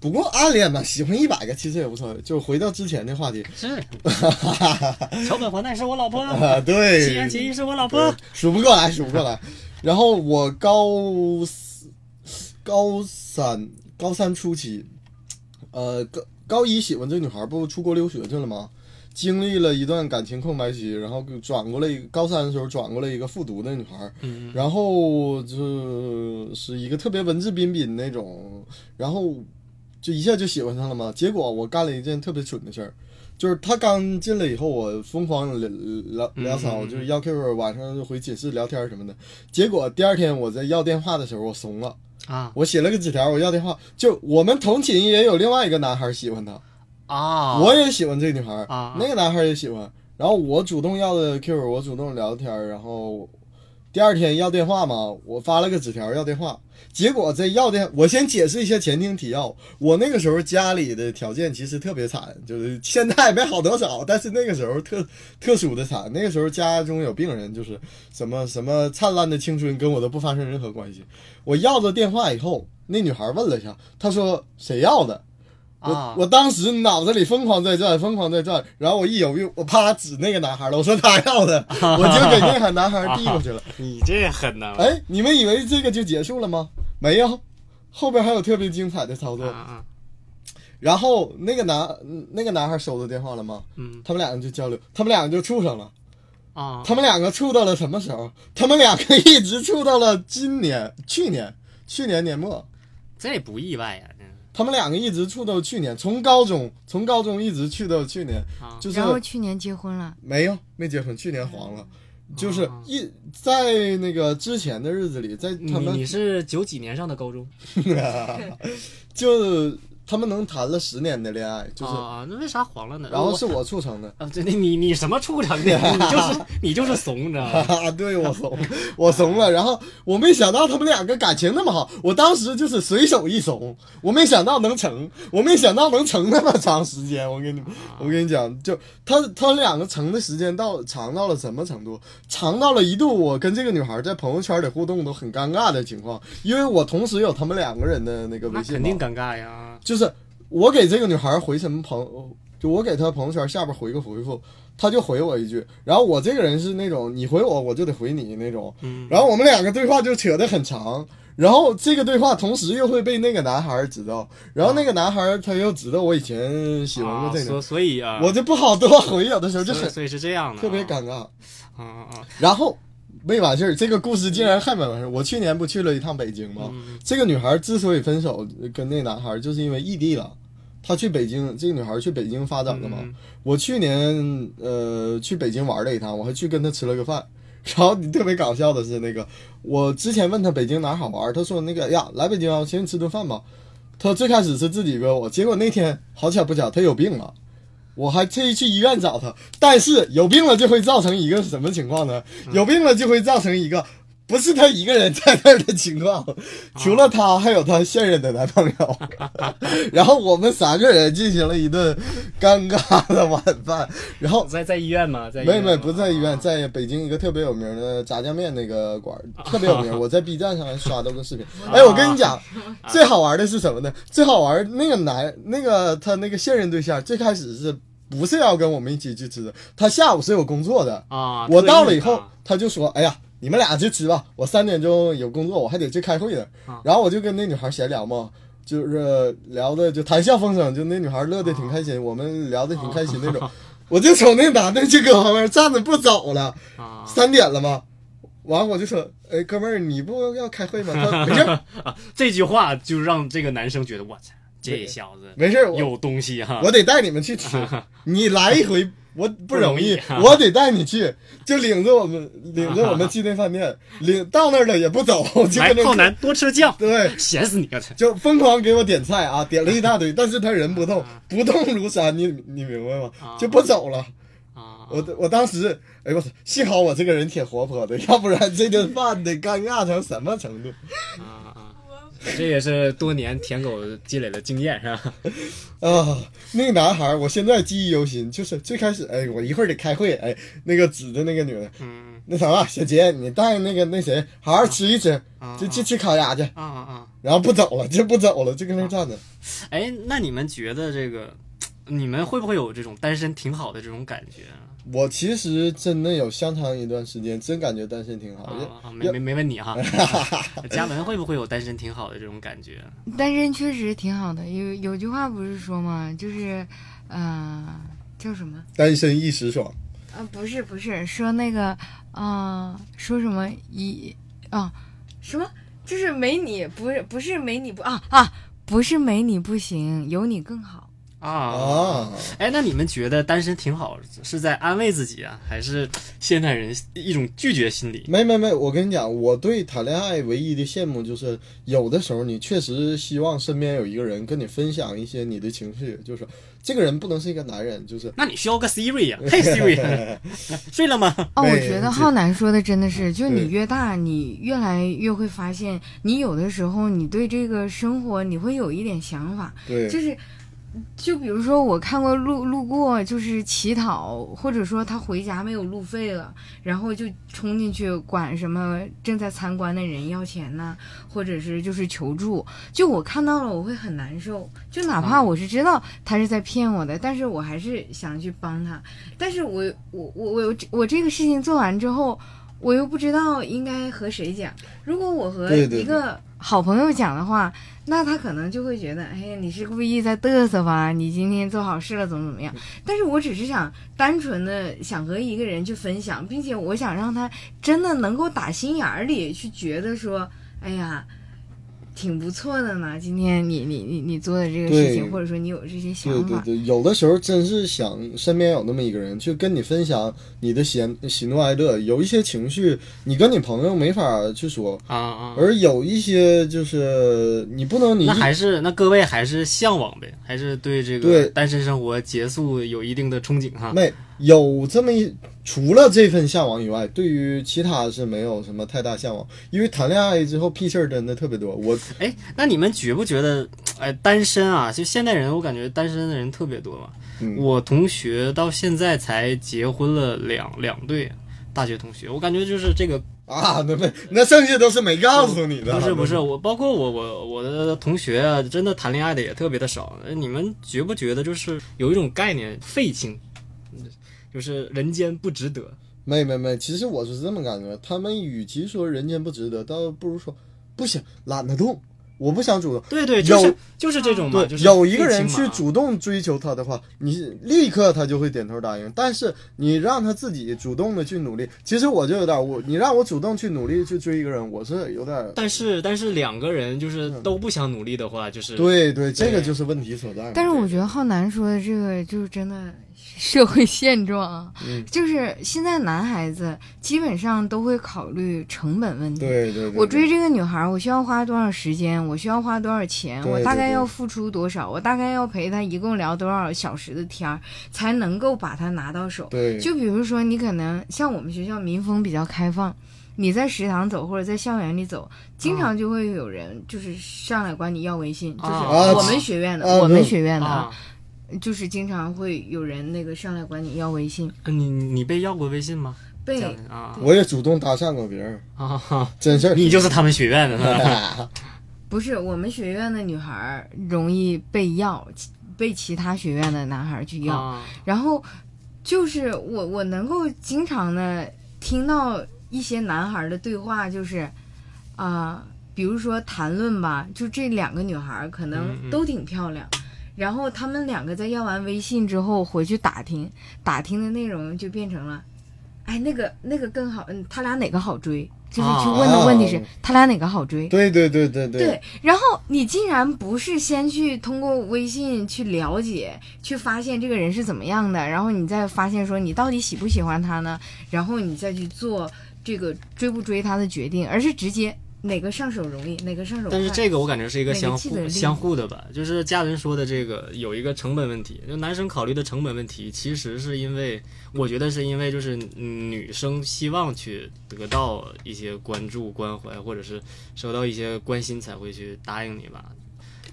[SPEAKER 3] 不过暗恋嘛，喜欢一百个其实也无所谓。就回到之前的话题 [laughs]
[SPEAKER 2] 是桥本环奈是我老婆，
[SPEAKER 3] 啊，对，
[SPEAKER 2] 西园奇一是我老
[SPEAKER 3] 对
[SPEAKER 2] 婆。
[SPEAKER 3] 数不过来，数不过来。然后我高四高三高三初期，呃，高高一喜欢这女孩，不出国留学去了吗？经历了一段感情空白期，然后转过来一个高三的时候转过来一个复读的女孩，
[SPEAKER 2] 嗯，
[SPEAKER 3] 然后就是一个特别文质彬彬那种，然后就一下就喜欢上了嘛。结果我干了一件特别蠢的事儿，就是他刚进来以后，我疯狂聊聊聊骚，
[SPEAKER 2] 嗯嗯嗯
[SPEAKER 3] 就是要 QQ，晚上就回寝室聊天什么的。结果第二天我在要电话的时候，我怂了，
[SPEAKER 2] 啊
[SPEAKER 3] 我写了个纸条，我要电话。就我们同寝也有另外一个男孩喜欢他，
[SPEAKER 2] 啊，
[SPEAKER 3] 我也喜欢这个女孩儿，
[SPEAKER 2] 啊
[SPEAKER 3] 那个男孩儿也喜欢。然后我主动要的 Q，我主动聊天儿，然后第二天要电话嘛，我发了个纸条要电话，结果这要电，我先解释一下前情提要。我那个时候家里的条件其实特别惨，就是现在也没好多少，但是那个时候特特殊的惨。那个时候家中有病人，就是什么什么灿烂的青春跟我都不发生任何关系。我要了电话以后，那女孩问了一下，她说谁要的？
[SPEAKER 2] 啊
[SPEAKER 3] 我我当时脑子里疯狂在转，疯狂在转，然后我一犹豫，我啪指那个男孩了，我说他要
[SPEAKER 2] [laughs]
[SPEAKER 3] 的，我就给那个男孩递过去了。
[SPEAKER 2] 你这狠呐！
[SPEAKER 3] 哎，你们以为这个就结束了吗？没有，后边还有特别精彩的操
[SPEAKER 2] 啊
[SPEAKER 3] 作。
[SPEAKER 2] 啊，
[SPEAKER 3] 然后那个男那个男孩收到电话了吗？
[SPEAKER 2] 嗯
[SPEAKER 3] 他们两个就交流，他们两个就处上了。
[SPEAKER 2] 啊，
[SPEAKER 3] 他们两个处到了什么时候？他们两个一直处到了今年、去年、去年年末。
[SPEAKER 2] 这不意外呀，嗯
[SPEAKER 3] 他们两个一直处到去年，从高中从高中一直去到去年，
[SPEAKER 2] 啊
[SPEAKER 3] 就是
[SPEAKER 4] 然后去年结婚了，
[SPEAKER 3] 没有，没结婚，去年黄了，就是
[SPEAKER 2] 啊
[SPEAKER 3] 一在那个之前的日子里，在
[SPEAKER 2] 你
[SPEAKER 3] 他
[SPEAKER 2] 你
[SPEAKER 3] 们
[SPEAKER 2] 是九几年上的高中？
[SPEAKER 3] [laughs] 就是他们能谈了十年的恋爱，就是，
[SPEAKER 2] 啊，那为啥黄了呢？
[SPEAKER 3] 然后是我促成的。
[SPEAKER 2] 啊，这你你你什么处长？你你
[SPEAKER 3] [laughs]
[SPEAKER 2] 就是你就是怂，你知道吗？
[SPEAKER 3] 啊， [laughs] 对我怂，我怂了。然后我没想到他们两个感情那么好，我当时就是随手一怂，我没想到能成，我没想到能成那么长时间。我跟你，我跟你讲，就他他们两个成的时间到长到了什么程度？长到了一度我跟这个女孩在朋友圈里互动都很尴尬的情况，因为我同时有他们两个人的那个微 [laughs]
[SPEAKER 2] 那
[SPEAKER 3] 信嘛，
[SPEAKER 2] 肯定尴尬呀。
[SPEAKER 3] 就是我给这个女孩回什么朋友就我给他朋友圈下边回个回复，他就回我一句，然后我这个人是那种你回我我就得回你那种，
[SPEAKER 2] 嗯，
[SPEAKER 3] 然后我们两个对话就扯得很长，然后这个对话同时又会被那个男孩儿知道，然后那个男孩儿他又知道我以前喜欢过这
[SPEAKER 2] 所
[SPEAKER 3] 种，
[SPEAKER 2] 所以啊，
[SPEAKER 3] 我就不好多回，有的时候就
[SPEAKER 2] 所以
[SPEAKER 3] 很
[SPEAKER 2] 所以是这样的啊，
[SPEAKER 3] 特别尴尬。
[SPEAKER 2] 啊啊
[SPEAKER 3] 然后没完事儿，这个故事竟然还没完事儿。我去年不去了一趟北京吗？这个女孩之所以分手跟那男孩，就是因为异地了。她去北京，这个女孩去北京发展了嘛？
[SPEAKER 2] 嗯
[SPEAKER 3] 我去年呃去北京玩了一趟，我还去跟她吃了个饭。 [laughs] 然后你特别搞笑的是，那个我之前问她北京哪儿好玩，她说那个呀来北京啊，请你吃顿饭吧。她最开始是自己约我，结果那天好巧不巧她有病了，我还特意去医院找她。但是有病了就会造成一个什么情况呢？有病了就会造成一个不是她一个人在那儿的情况，除了她还有她现任的男朋友。然后我们三个人进行了一顿尴尬的晚饭，然后
[SPEAKER 2] 啊，在在医院吗？在医
[SPEAKER 3] 妹
[SPEAKER 2] 院
[SPEAKER 3] 妹
[SPEAKER 2] 吗
[SPEAKER 3] 不在医院，
[SPEAKER 2] 啊
[SPEAKER 3] 在北京一个特别有名的炸酱面那个馆儿，特别有
[SPEAKER 2] [laughs]
[SPEAKER 3] 名。我在 B 站上还刷到过视频。哎，我
[SPEAKER 2] 啊
[SPEAKER 3] 跟你讲，最好玩的是什么呢？最好玩那个男那个他那个现任对象，最开始是不是要跟我们一起去吃的？他下午是有工作的，
[SPEAKER 2] 啊，
[SPEAKER 3] 我
[SPEAKER 2] 特
[SPEAKER 3] 到
[SPEAKER 2] 意
[SPEAKER 3] 了以后
[SPEAKER 2] 啊，
[SPEAKER 3] 他就说：“哎呀，你们俩去吃吧，我三点钟有工作，我还得去开会呢。
[SPEAKER 2] 啊”
[SPEAKER 3] 然后我就跟那女孩闲聊嘛，就是呃聊的就谈笑风生，就那女孩乐得挺开心，我们聊得挺开心那
[SPEAKER 2] 啊
[SPEAKER 3] 种。 [laughs] 我就瞅那男的就搁旁边站着不走了，
[SPEAKER 2] 啊
[SPEAKER 3] 三点了吗？完我就说：“哎，哥们儿，你不要开会吗？”他说：“没事儿，
[SPEAKER 2] 啊，这句话就让这个男生觉得我操，这小子
[SPEAKER 3] 没事儿，我
[SPEAKER 2] 有东西哈、
[SPEAKER 3] 我得带你们
[SPEAKER 2] [laughs]
[SPEAKER 3] 去吃，你来一回。”我不容易，
[SPEAKER 2] 不容易啊
[SPEAKER 3] 我得带你去，就领着我们，领着我们去那
[SPEAKER 2] [laughs]
[SPEAKER 3] 饭店，领到那儿了也不走，就
[SPEAKER 2] 来
[SPEAKER 3] 跟那
[SPEAKER 2] 浩南多吃酱， [laughs]
[SPEAKER 3] 对，
[SPEAKER 2] 咸死你啊！操
[SPEAKER 3] 就疯狂给我点菜啊，点了一大堆，但是他人不动，不动如山，你你明白吗
[SPEAKER 2] 啊？
[SPEAKER 3] 就不走了。
[SPEAKER 2] 啊，
[SPEAKER 3] 我我当时，哎我操，幸好我这个人挺活泼的，要不然这顿饭得尴尬成什么程度？
[SPEAKER 2] 啊啊，这也是多年舔狗积累的经验是吧？
[SPEAKER 3] 啊，那个男孩儿，我现在记忆犹新，就是 [laughs] 最开始，哎，我一会儿得开会，哎，那个指着那个女的，
[SPEAKER 2] 嗯
[SPEAKER 3] 那什么，小杰，你带那个那谁，好好吃一吃，
[SPEAKER 2] [laughs] 啊
[SPEAKER 3] 就去吃烤鸭去，
[SPEAKER 2] 啊啊！
[SPEAKER 3] 然后不走了， [laughs] 就不走了，就跟那儿站着。
[SPEAKER 2] 哎，那你们觉得这个，你们会不会有这种单身挺好的这种感觉啊？
[SPEAKER 3] 我其实真的有相当一段时间，真感觉单身挺好，
[SPEAKER 2] 啊
[SPEAKER 3] 要
[SPEAKER 2] 啊，没没没问你
[SPEAKER 3] [laughs]
[SPEAKER 2] 哈。嘉文会不会有单身挺好的这种感觉？
[SPEAKER 4] 单身确实挺好的，有有句话不是说嘛，就是，呃，叫什么？
[SPEAKER 3] 单身一时爽。
[SPEAKER 4] 啊，不是不是，说那个，啊、说什么一啊，什么？就是没你不是不是没你不啊啊，不是没你不行，有你更好。
[SPEAKER 2] 啊
[SPEAKER 3] 啊，
[SPEAKER 2] 哎，那你们觉得单身挺好，是在安慰自己啊，还是现代人一种拒绝心理？
[SPEAKER 3] 没没没，我跟你讲，我对谈恋爱唯一的羡慕就是，有的时候你确实希望身边有一个人跟你分享一些你的情绪，就是这个人不能是一个男人，就是
[SPEAKER 2] 那你需要个 Siri 呀、嘿
[SPEAKER 3] [laughs]
[SPEAKER 2] Siri，睡了吗？
[SPEAKER 4] 哦，我
[SPEAKER 3] 对
[SPEAKER 4] 觉得
[SPEAKER 3] 这
[SPEAKER 4] 浩南说的真的是，就是
[SPEAKER 3] 对
[SPEAKER 4] 你越大，你越来越会发现，你有的时候你对这个生活你会有一点想法，
[SPEAKER 3] 对
[SPEAKER 4] 就是。就比如说，我看过路路过，就是乞讨，或者说他回家没有路费了，然后就冲进去管什么正在参观的人要钱呐、或者是就是求助。就我看到了，我会很难受。就哪怕
[SPEAKER 2] 啊
[SPEAKER 4] 我是知道他是在骗我的，但是我还是想去帮他。但是我我我我我这个事情做完之后，我又不知道应该和谁讲。如果我和
[SPEAKER 3] 对对
[SPEAKER 4] 一个好朋友讲的话，那他可能就会觉得，哎呀，你是故意在嘚瑟吧？你今天做好事了，怎么怎么
[SPEAKER 3] 嗯
[SPEAKER 4] 样？但是我只是想单纯的想和一个人去分享，并且我想让他真的能够打心眼儿里去觉得说，哎呀。挺不错的呢，今天你你你你做的这个事
[SPEAKER 3] 对
[SPEAKER 4] 情，或者说你有这些想
[SPEAKER 3] 对
[SPEAKER 4] 法
[SPEAKER 3] 对，对，有的时候真是想身边有那么一个人，去跟你分享你的喜喜怒哀乐，有一些情绪你跟你朋友没法去说，
[SPEAKER 2] 啊啊！
[SPEAKER 3] 而有一些就是你不能你
[SPEAKER 2] 那
[SPEAKER 3] 一
[SPEAKER 2] 还是那各位还是向往呗，还是对这
[SPEAKER 3] 对
[SPEAKER 2] 个单身生活结束有一定的憧憬哈。
[SPEAKER 3] 没有这么一，除了这份向往以外，对于其他是没有什么太大向往，因为谈恋爱之后屁事儿真的特别多。我
[SPEAKER 2] 哎，那你们觉不觉得，哎，单身啊，就现代人，我感觉单身的人特别多嘛。
[SPEAKER 3] 嗯
[SPEAKER 2] 我同学到现在才结婚了两两对，大学同学，我感觉就是这个
[SPEAKER 3] 啊，那没那剩下都是没告诉你的，
[SPEAKER 2] 不是不是，我包括我我我的同学啊，真的谈恋爱的也特别的少。你们觉不觉得就是有一种概念废青，就是人间不值得。
[SPEAKER 3] 没没没，其实我是这么感觉，他们与其说人间不值得，倒不如说不行，懒得动，我不想主动。
[SPEAKER 2] 对对，就是
[SPEAKER 3] 有
[SPEAKER 2] 就是这种嘛，
[SPEAKER 3] 对，
[SPEAKER 2] 就是
[SPEAKER 3] 有一个人
[SPEAKER 2] 废青
[SPEAKER 3] 去
[SPEAKER 2] 嘛
[SPEAKER 3] 主动追求他的话，你立刻他就会点头答应。但是你让他自己主动的去努力，其实我就有点我，你让我主动去努力去追一个人，我是有点
[SPEAKER 2] 但是但是两个人就是都不想努力的话，就是啊
[SPEAKER 3] 嗯对对，这个就是问题所在嘛。
[SPEAKER 4] 但是我觉得浩南说的这个就是真的社会现状啊，
[SPEAKER 3] 嗯
[SPEAKER 4] 就是现在男孩子基本上都会考虑成本问题。
[SPEAKER 3] 对对对，
[SPEAKER 4] 我追
[SPEAKER 3] 对
[SPEAKER 4] 这个女孩儿，我需要花多少时间？我需要花多少钱？
[SPEAKER 3] 对
[SPEAKER 4] 我大
[SPEAKER 3] 对
[SPEAKER 4] 概
[SPEAKER 3] 对
[SPEAKER 4] 要付出多少？我大概要陪她一共聊多少小时的天儿，才能够把她拿到手？
[SPEAKER 3] 对，
[SPEAKER 4] 就比如说，你可能像我们学校民风比较开放，你在食堂走或者在校园里走，经常就会有人就是上来管你要微信，
[SPEAKER 2] 啊
[SPEAKER 4] 就是我们学院的，
[SPEAKER 3] 啊
[SPEAKER 4] 我们
[SPEAKER 3] 对
[SPEAKER 4] 学院的
[SPEAKER 2] 啊，，
[SPEAKER 4] 就是经常会有人那个上来管你要微信，
[SPEAKER 2] 你你被要过微信吗？这样
[SPEAKER 4] 被
[SPEAKER 2] 的啊
[SPEAKER 3] 我也主动搭讪过别人，
[SPEAKER 2] 啊哈， [laughs]
[SPEAKER 3] 真事儿。
[SPEAKER 2] 你就是他们学院的是吧？
[SPEAKER 4] 不是我们学院的女孩儿容易被要，其被其他学院的男孩儿去要，
[SPEAKER 2] 啊
[SPEAKER 4] 然后就是我我能够经常的听到一些男孩儿的对话，就是啊、比如说谈论吧，就这两个女孩儿可
[SPEAKER 2] 嗯
[SPEAKER 4] 能
[SPEAKER 2] 嗯
[SPEAKER 4] 都挺漂亮。然后他们两个在要完微信之后回去打听，打听的内容就变成了，哎，那个那个更好，嗯，他俩哪个好追？就是去问
[SPEAKER 2] 哦
[SPEAKER 4] 的问题是、
[SPEAKER 3] 啊
[SPEAKER 4] 他俩哪个好追？
[SPEAKER 3] 对对对对对
[SPEAKER 4] 对，然后你竟然不是先去通过微信去了解，去发现这个人是怎么样的，然后你再发现说你到底喜不喜欢他呢，然后你再去做这个追不追他的决定，而是直接哪个上手容易，哪个上手快。
[SPEAKER 2] 但是这个我感觉是一个
[SPEAKER 4] 哪个
[SPEAKER 2] 相
[SPEAKER 4] 记得
[SPEAKER 2] 互
[SPEAKER 4] 力
[SPEAKER 2] 相互的吧，就是嘉伦说的这个有一个成本问题，就男生考虑的成本问题，其实是因为我觉得是因为就是嗯女生希望去得到一些关注、关怀，或者是收到一些关心才会去答应你吧，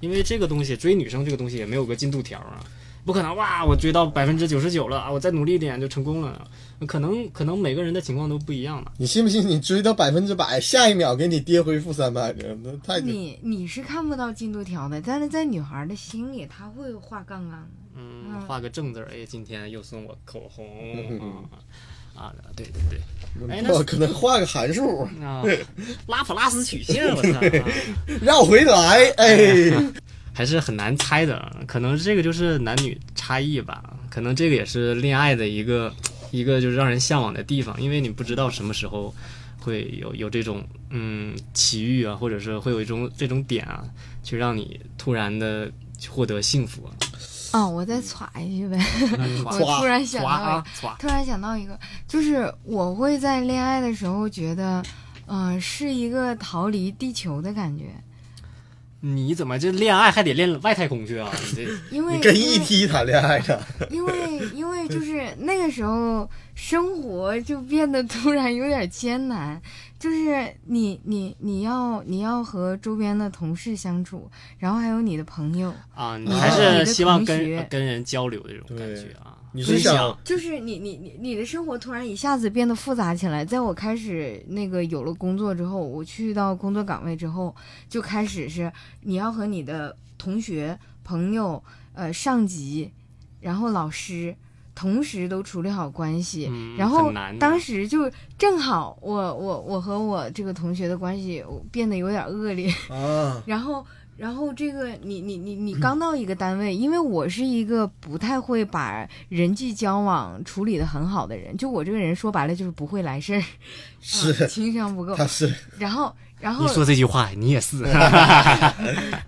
[SPEAKER 2] 因为这个东西追女生这个东西也没有个进度条啊。不可能哇！我追到百分之九十九了啊！我再努力一点就成功了。可能可能每个人的情况都不一样吧。
[SPEAKER 3] 你信不信？你追到百分之百，下一秒给你跌恢复三百个，那太
[SPEAKER 4] 你你是看不到进度条的，但是在女孩的心里，她会画杠杠的。
[SPEAKER 2] 嗯，
[SPEAKER 4] 嗯
[SPEAKER 2] 画个正字儿，哎，今天又送我口红
[SPEAKER 3] 嗯
[SPEAKER 2] 啊啊！对对对，哎那
[SPEAKER 3] 我可能画个函数
[SPEAKER 2] 啊，拉普拉斯曲线，我操， [laughs] 啊
[SPEAKER 3] 绕回来，哎，
[SPEAKER 2] 还是很难猜的。可能这个就是男女差异吧，可能这个也是恋爱的一个一个就是让人向往的地方，因为你不知道什么时候会有有这种嗯奇遇啊，或者是会有一种这种点啊，去让你突然的获得幸福啊。
[SPEAKER 4] 啊、我再歘一句呗， [laughs] 我
[SPEAKER 2] 唰
[SPEAKER 4] 突然想
[SPEAKER 2] 唰
[SPEAKER 4] 到一个
[SPEAKER 2] 啊唰，
[SPEAKER 4] 突然想到一个，就是我会在恋爱的时候觉得，嗯、是一个逃离地球的感觉，
[SPEAKER 2] 你怎么这恋爱还得恋外太空去啊？你这。
[SPEAKER 4] 因为
[SPEAKER 3] 你跟 E
[SPEAKER 4] 因为
[SPEAKER 3] ET 谈恋爱啊呢？
[SPEAKER 4] [laughs] 因为因为就是那个时候生活就变得突然有点艰难，就是你你你要你要和周边的同事相处，然后还有你的朋友，
[SPEAKER 2] 啊，你
[SPEAKER 3] 啊
[SPEAKER 2] 还
[SPEAKER 4] 哦你
[SPEAKER 2] 是
[SPEAKER 4] 的
[SPEAKER 2] 希望
[SPEAKER 4] 同
[SPEAKER 2] 跟
[SPEAKER 4] 学
[SPEAKER 2] 呃跟人交流的这种感觉啊。
[SPEAKER 3] 你
[SPEAKER 2] 分
[SPEAKER 3] 是
[SPEAKER 2] 享
[SPEAKER 3] 想
[SPEAKER 4] 就是你你你你的生活突然一下子变得复杂起来。在我开始那个有了工作之后，我去到工作岗位之后，就开始是你要和你的同学、朋友、呃上级，然后老师，同时都处理好关系。
[SPEAKER 2] 嗯，
[SPEAKER 4] 然后
[SPEAKER 2] 很难的
[SPEAKER 4] 当时就正好我，我我和我这个同学的关系变得有点恶劣，
[SPEAKER 3] 啊，
[SPEAKER 4] 然后，然后这个你你你你刚到一个单位，因为我是一个不太会把人际交往处理的很好的人，就我这个人说白了就是不会来事儿，啊
[SPEAKER 3] 是，
[SPEAKER 4] 情商不够。
[SPEAKER 3] 他是
[SPEAKER 4] 然后，然后
[SPEAKER 2] 你，说这句话，你也是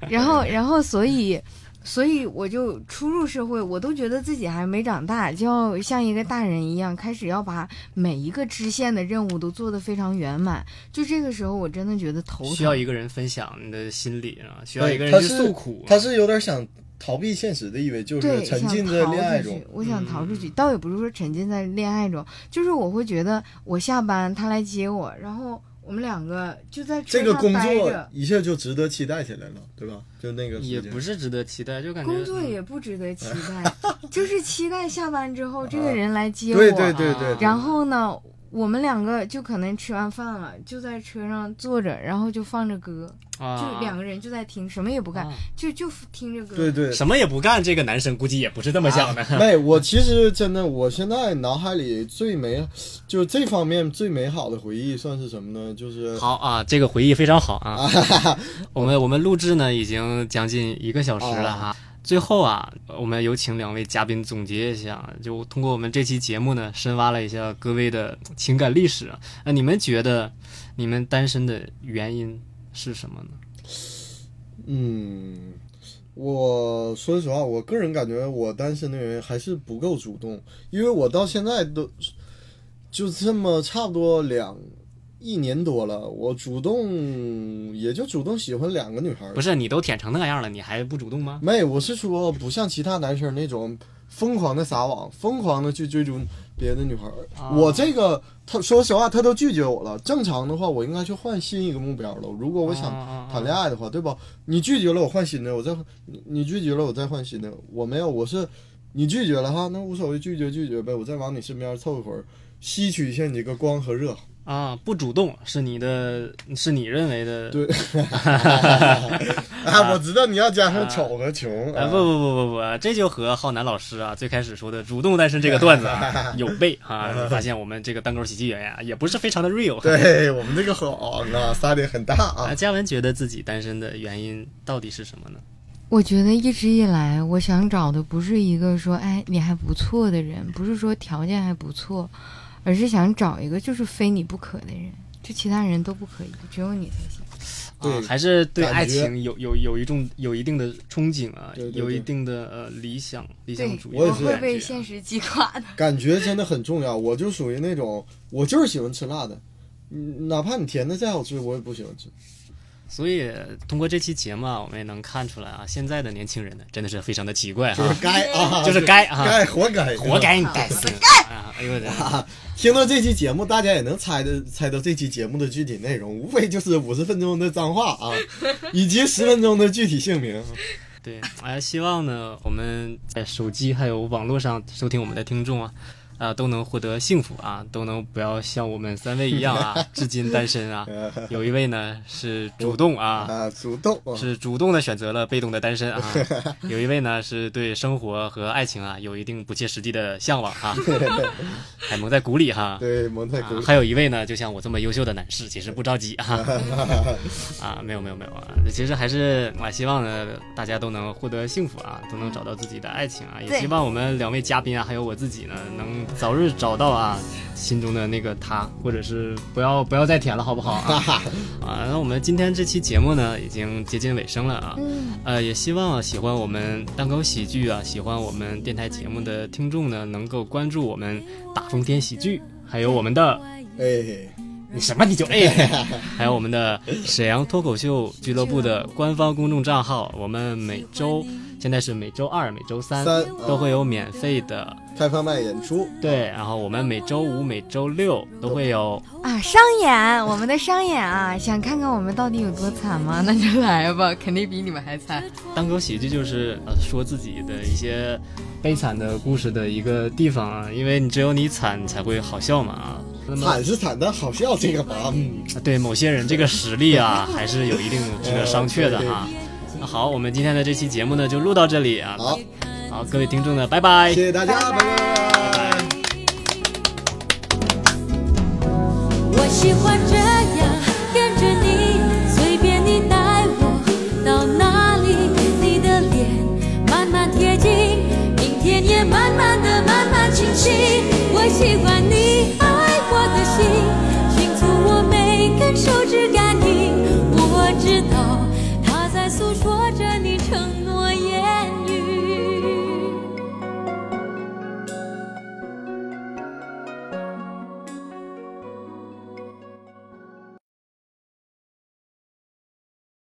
[SPEAKER 4] 然后，然后，所以。所以我就初入社会，我都觉得自己还没长大，就要像一个大人一样，开始要把每一个支线的任务都做得非常圆满。就这个时候，我真的觉得头疼。
[SPEAKER 2] 需要一个人分享你的心理啊，需要
[SPEAKER 3] 对
[SPEAKER 2] 一个人
[SPEAKER 3] 他
[SPEAKER 2] 去
[SPEAKER 3] 是
[SPEAKER 2] 诉苦啊。
[SPEAKER 3] 他是有点想逃避现实的意味，就是
[SPEAKER 4] 对，
[SPEAKER 3] 沉
[SPEAKER 4] 想
[SPEAKER 3] 浸在
[SPEAKER 4] 逃
[SPEAKER 3] 恋爱
[SPEAKER 4] 出
[SPEAKER 3] 中嗯
[SPEAKER 4] 去。我想逃出去，倒也不是说沉浸在恋爱中，就是我会觉得我下班他来接我，然后我们两个就在车
[SPEAKER 3] 这个
[SPEAKER 4] 上
[SPEAKER 3] 工
[SPEAKER 4] 待
[SPEAKER 3] 作
[SPEAKER 4] 着
[SPEAKER 3] 一下就值得期待起来了，对吧？就那个时间
[SPEAKER 2] 也不是值得期待，就感觉
[SPEAKER 4] 工作
[SPEAKER 2] 嗯
[SPEAKER 4] 也不值得
[SPEAKER 3] [laughs]
[SPEAKER 4] 期待，就是期待下班之后这个
[SPEAKER 3] 啊
[SPEAKER 4] 人来接我，
[SPEAKER 3] 对对对对，
[SPEAKER 2] 啊
[SPEAKER 3] 对
[SPEAKER 4] 然后呢，我们两个就可能吃完饭了，就在车上坐着，然后就放着歌，
[SPEAKER 3] 啊
[SPEAKER 4] 就两个人就在听，什么也不干，
[SPEAKER 2] 嗯啊
[SPEAKER 4] 就就听着歌。
[SPEAKER 3] 对对，啊
[SPEAKER 2] 什么也不干，这个男生估计也不是这么想
[SPEAKER 3] [laughs]
[SPEAKER 2] 的。
[SPEAKER 3] 没，我其实真的，我现在脑海里最美，就是这方面最美好的回忆算是什么呢？就是
[SPEAKER 2] 好啊，这个回忆非常好啊。 [laughs] 我们我们录制呢已经将近一个小时了哈、最后啊，我们有请两位嘉宾总结一下，就通过我们这期节目呢，深挖了一下各位的情感历史。啊那你们觉得你们单身的原因是什么呢？
[SPEAKER 3] 嗯，我说实话，我个人感觉我单身的原因还是不够主动，因为我到现在都就这么差不多两一年多了，我主动也就主动喜欢两个女孩儿
[SPEAKER 2] 不。是你都舔成那样了，你还不主动吗？
[SPEAKER 3] 没，我是说不像其他男生那种疯狂的撒网，疯狂的去追逐别的女孩儿。
[SPEAKER 2] 啊
[SPEAKER 3] 我这个，他说实话，他都拒绝我了。正常的话，我应该去换新一个目标了。如果我想
[SPEAKER 2] 啊
[SPEAKER 3] 谈恋爱的话，对吧？你拒绝了，我换新的，我再你你拒绝了，我再换新的。我没有，我是你拒绝了哈，那无所谓，拒绝拒绝呗，我再往你身边凑一会儿，吸取一下你这个光
[SPEAKER 2] [laughs]
[SPEAKER 3] 和热。
[SPEAKER 2] 啊，不主动是你的，是你认为的。
[SPEAKER 3] 对啊，我知道你要加上丑啊和穷
[SPEAKER 2] 哎，不不不不不，这就和浩南老师啊最开始说的“主动单身”这个段子
[SPEAKER 3] [laughs]
[SPEAKER 2] 啊有悖啊！你发现我们这个单口喜剧演员啊，也不是非常的 real。 [laughs]
[SPEAKER 3] 对我们这个好啊，撒点很大啊
[SPEAKER 2] 啊，。嘉文觉得自己单身的原因到底是什么呢？
[SPEAKER 4] 我觉得一直以来，我想找的不是一个说，哎，你还不错的人，不是说条件还不错，而是想找一个就是非你不可的人，就其他人都不可以，只有你才行。
[SPEAKER 3] 对
[SPEAKER 2] 啊，还是对
[SPEAKER 3] 感
[SPEAKER 2] 爱
[SPEAKER 3] 觉
[SPEAKER 2] 情有有有一种有一定的憧憬啊，
[SPEAKER 3] 对对
[SPEAKER 2] 有一
[SPEAKER 3] 对
[SPEAKER 2] 定的呃理想理想
[SPEAKER 4] 对，
[SPEAKER 2] 主义啊
[SPEAKER 3] 我
[SPEAKER 2] 的
[SPEAKER 3] 也
[SPEAKER 4] 我
[SPEAKER 2] 感觉。
[SPEAKER 3] 是
[SPEAKER 4] 会被现实击垮的。
[SPEAKER 3] 感觉真的很重要。我就属于那种，我就是喜欢吃辣的，嗯，哪怕你甜的再好吃，我也不喜欢吃。
[SPEAKER 2] 所以通过这期节目啊，我们也能看出来啊，现在的年轻人呢，真的是非常的奇怪
[SPEAKER 3] 就是
[SPEAKER 2] 啊，
[SPEAKER 3] 该啊，
[SPEAKER 2] 就是该啊，
[SPEAKER 3] 该活该，
[SPEAKER 2] 活。该你该死啊！哎呦我
[SPEAKER 3] [laughs]
[SPEAKER 2] 的。
[SPEAKER 3] 听到这期节目，大家也能猜的猜到这期节目的具体内容，无非就是五十分钟的脏话啊，以及十分钟的具体姓名。
[SPEAKER 2] 对，哎，希望呢，我们在手机还有网络上收听我们的听众啊，啊、都能获得幸福啊，都能不要像我们三位一样啊，至今单身啊。有一位呢是主动啊，
[SPEAKER 3] 啊，主动啊，
[SPEAKER 2] 是主动的选择了被动的单身啊。有一位呢是对生活和爱情啊有一定不切实际的向往哈、啊还蒙在鼓里哈、
[SPEAKER 3] 对蒙太古
[SPEAKER 2] 啊， [laughs] 还有一位呢，就像我这么优秀的男士，其实不着急啊，啊，没有没有没有啊，其实还是啊，希望呢大家都能获得幸福啊，都能找到自己的爱情啊，也
[SPEAKER 6] 对
[SPEAKER 2] 希望我们两位嘉宾啊，还有我自己呢，能早日找到啊心中的那个他，或者是不要不要再舔了，好不好
[SPEAKER 3] [laughs]
[SPEAKER 2] 啊？啊，那我们今天这期节目呢，已经接近尾声了啊，呃，也希望喜欢我们单口喜剧啊，喜欢我们电台节目的听众呢，能够关注我们大风天喜剧，还有我们的
[SPEAKER 3] 哎，
[SPEAKER 2] 你什么你就哎， [laughs] 还有我们的沈阳脱口秀俱乐部的官方公众账号，我们每周现在是每周二、每周三
[SPEAKER 3] 三
[SPEAKER 2] 都会有免费的，
[SPEAKER 3] 开放麦演出，
[SPEAKER 2] 对，然后我们每周五、每周六都会有
[SPEAKER 4] 啊，商演，我们的商演啊，想看看我们到底有多惨吗？那就来吧，肯定比你们还惨。
[SPEAKER 2] 单口喜剧，就是呃说自己的一些悲惨的故事的一个地方啊，因为你只有你惨，你才会好笑嘛啊。那么
[SPEAKER 3] 惨是惨，但好笑这个嘛，嗯，
[SPEAKER 2] 对某些人这个实力啊，还是有一定值得商榷的哈。那好，我们今天的这期节目呢就录到这里啊。
[SPEAKER 3] 好，
[SPEAKER 2] 好，各位听众呢，拜拜
[SPEAKER 3] 谢。谢大家，哎拜拜
[SPEAKER 7] 我喜欢这样跟着你，随便你带我到哪里，你的脸慢慢贴近，明天也慢慢的、慢慢清晰。我喜欢你爱我的心，轻触我每根手指感应，我知道它在诉说着你承诺。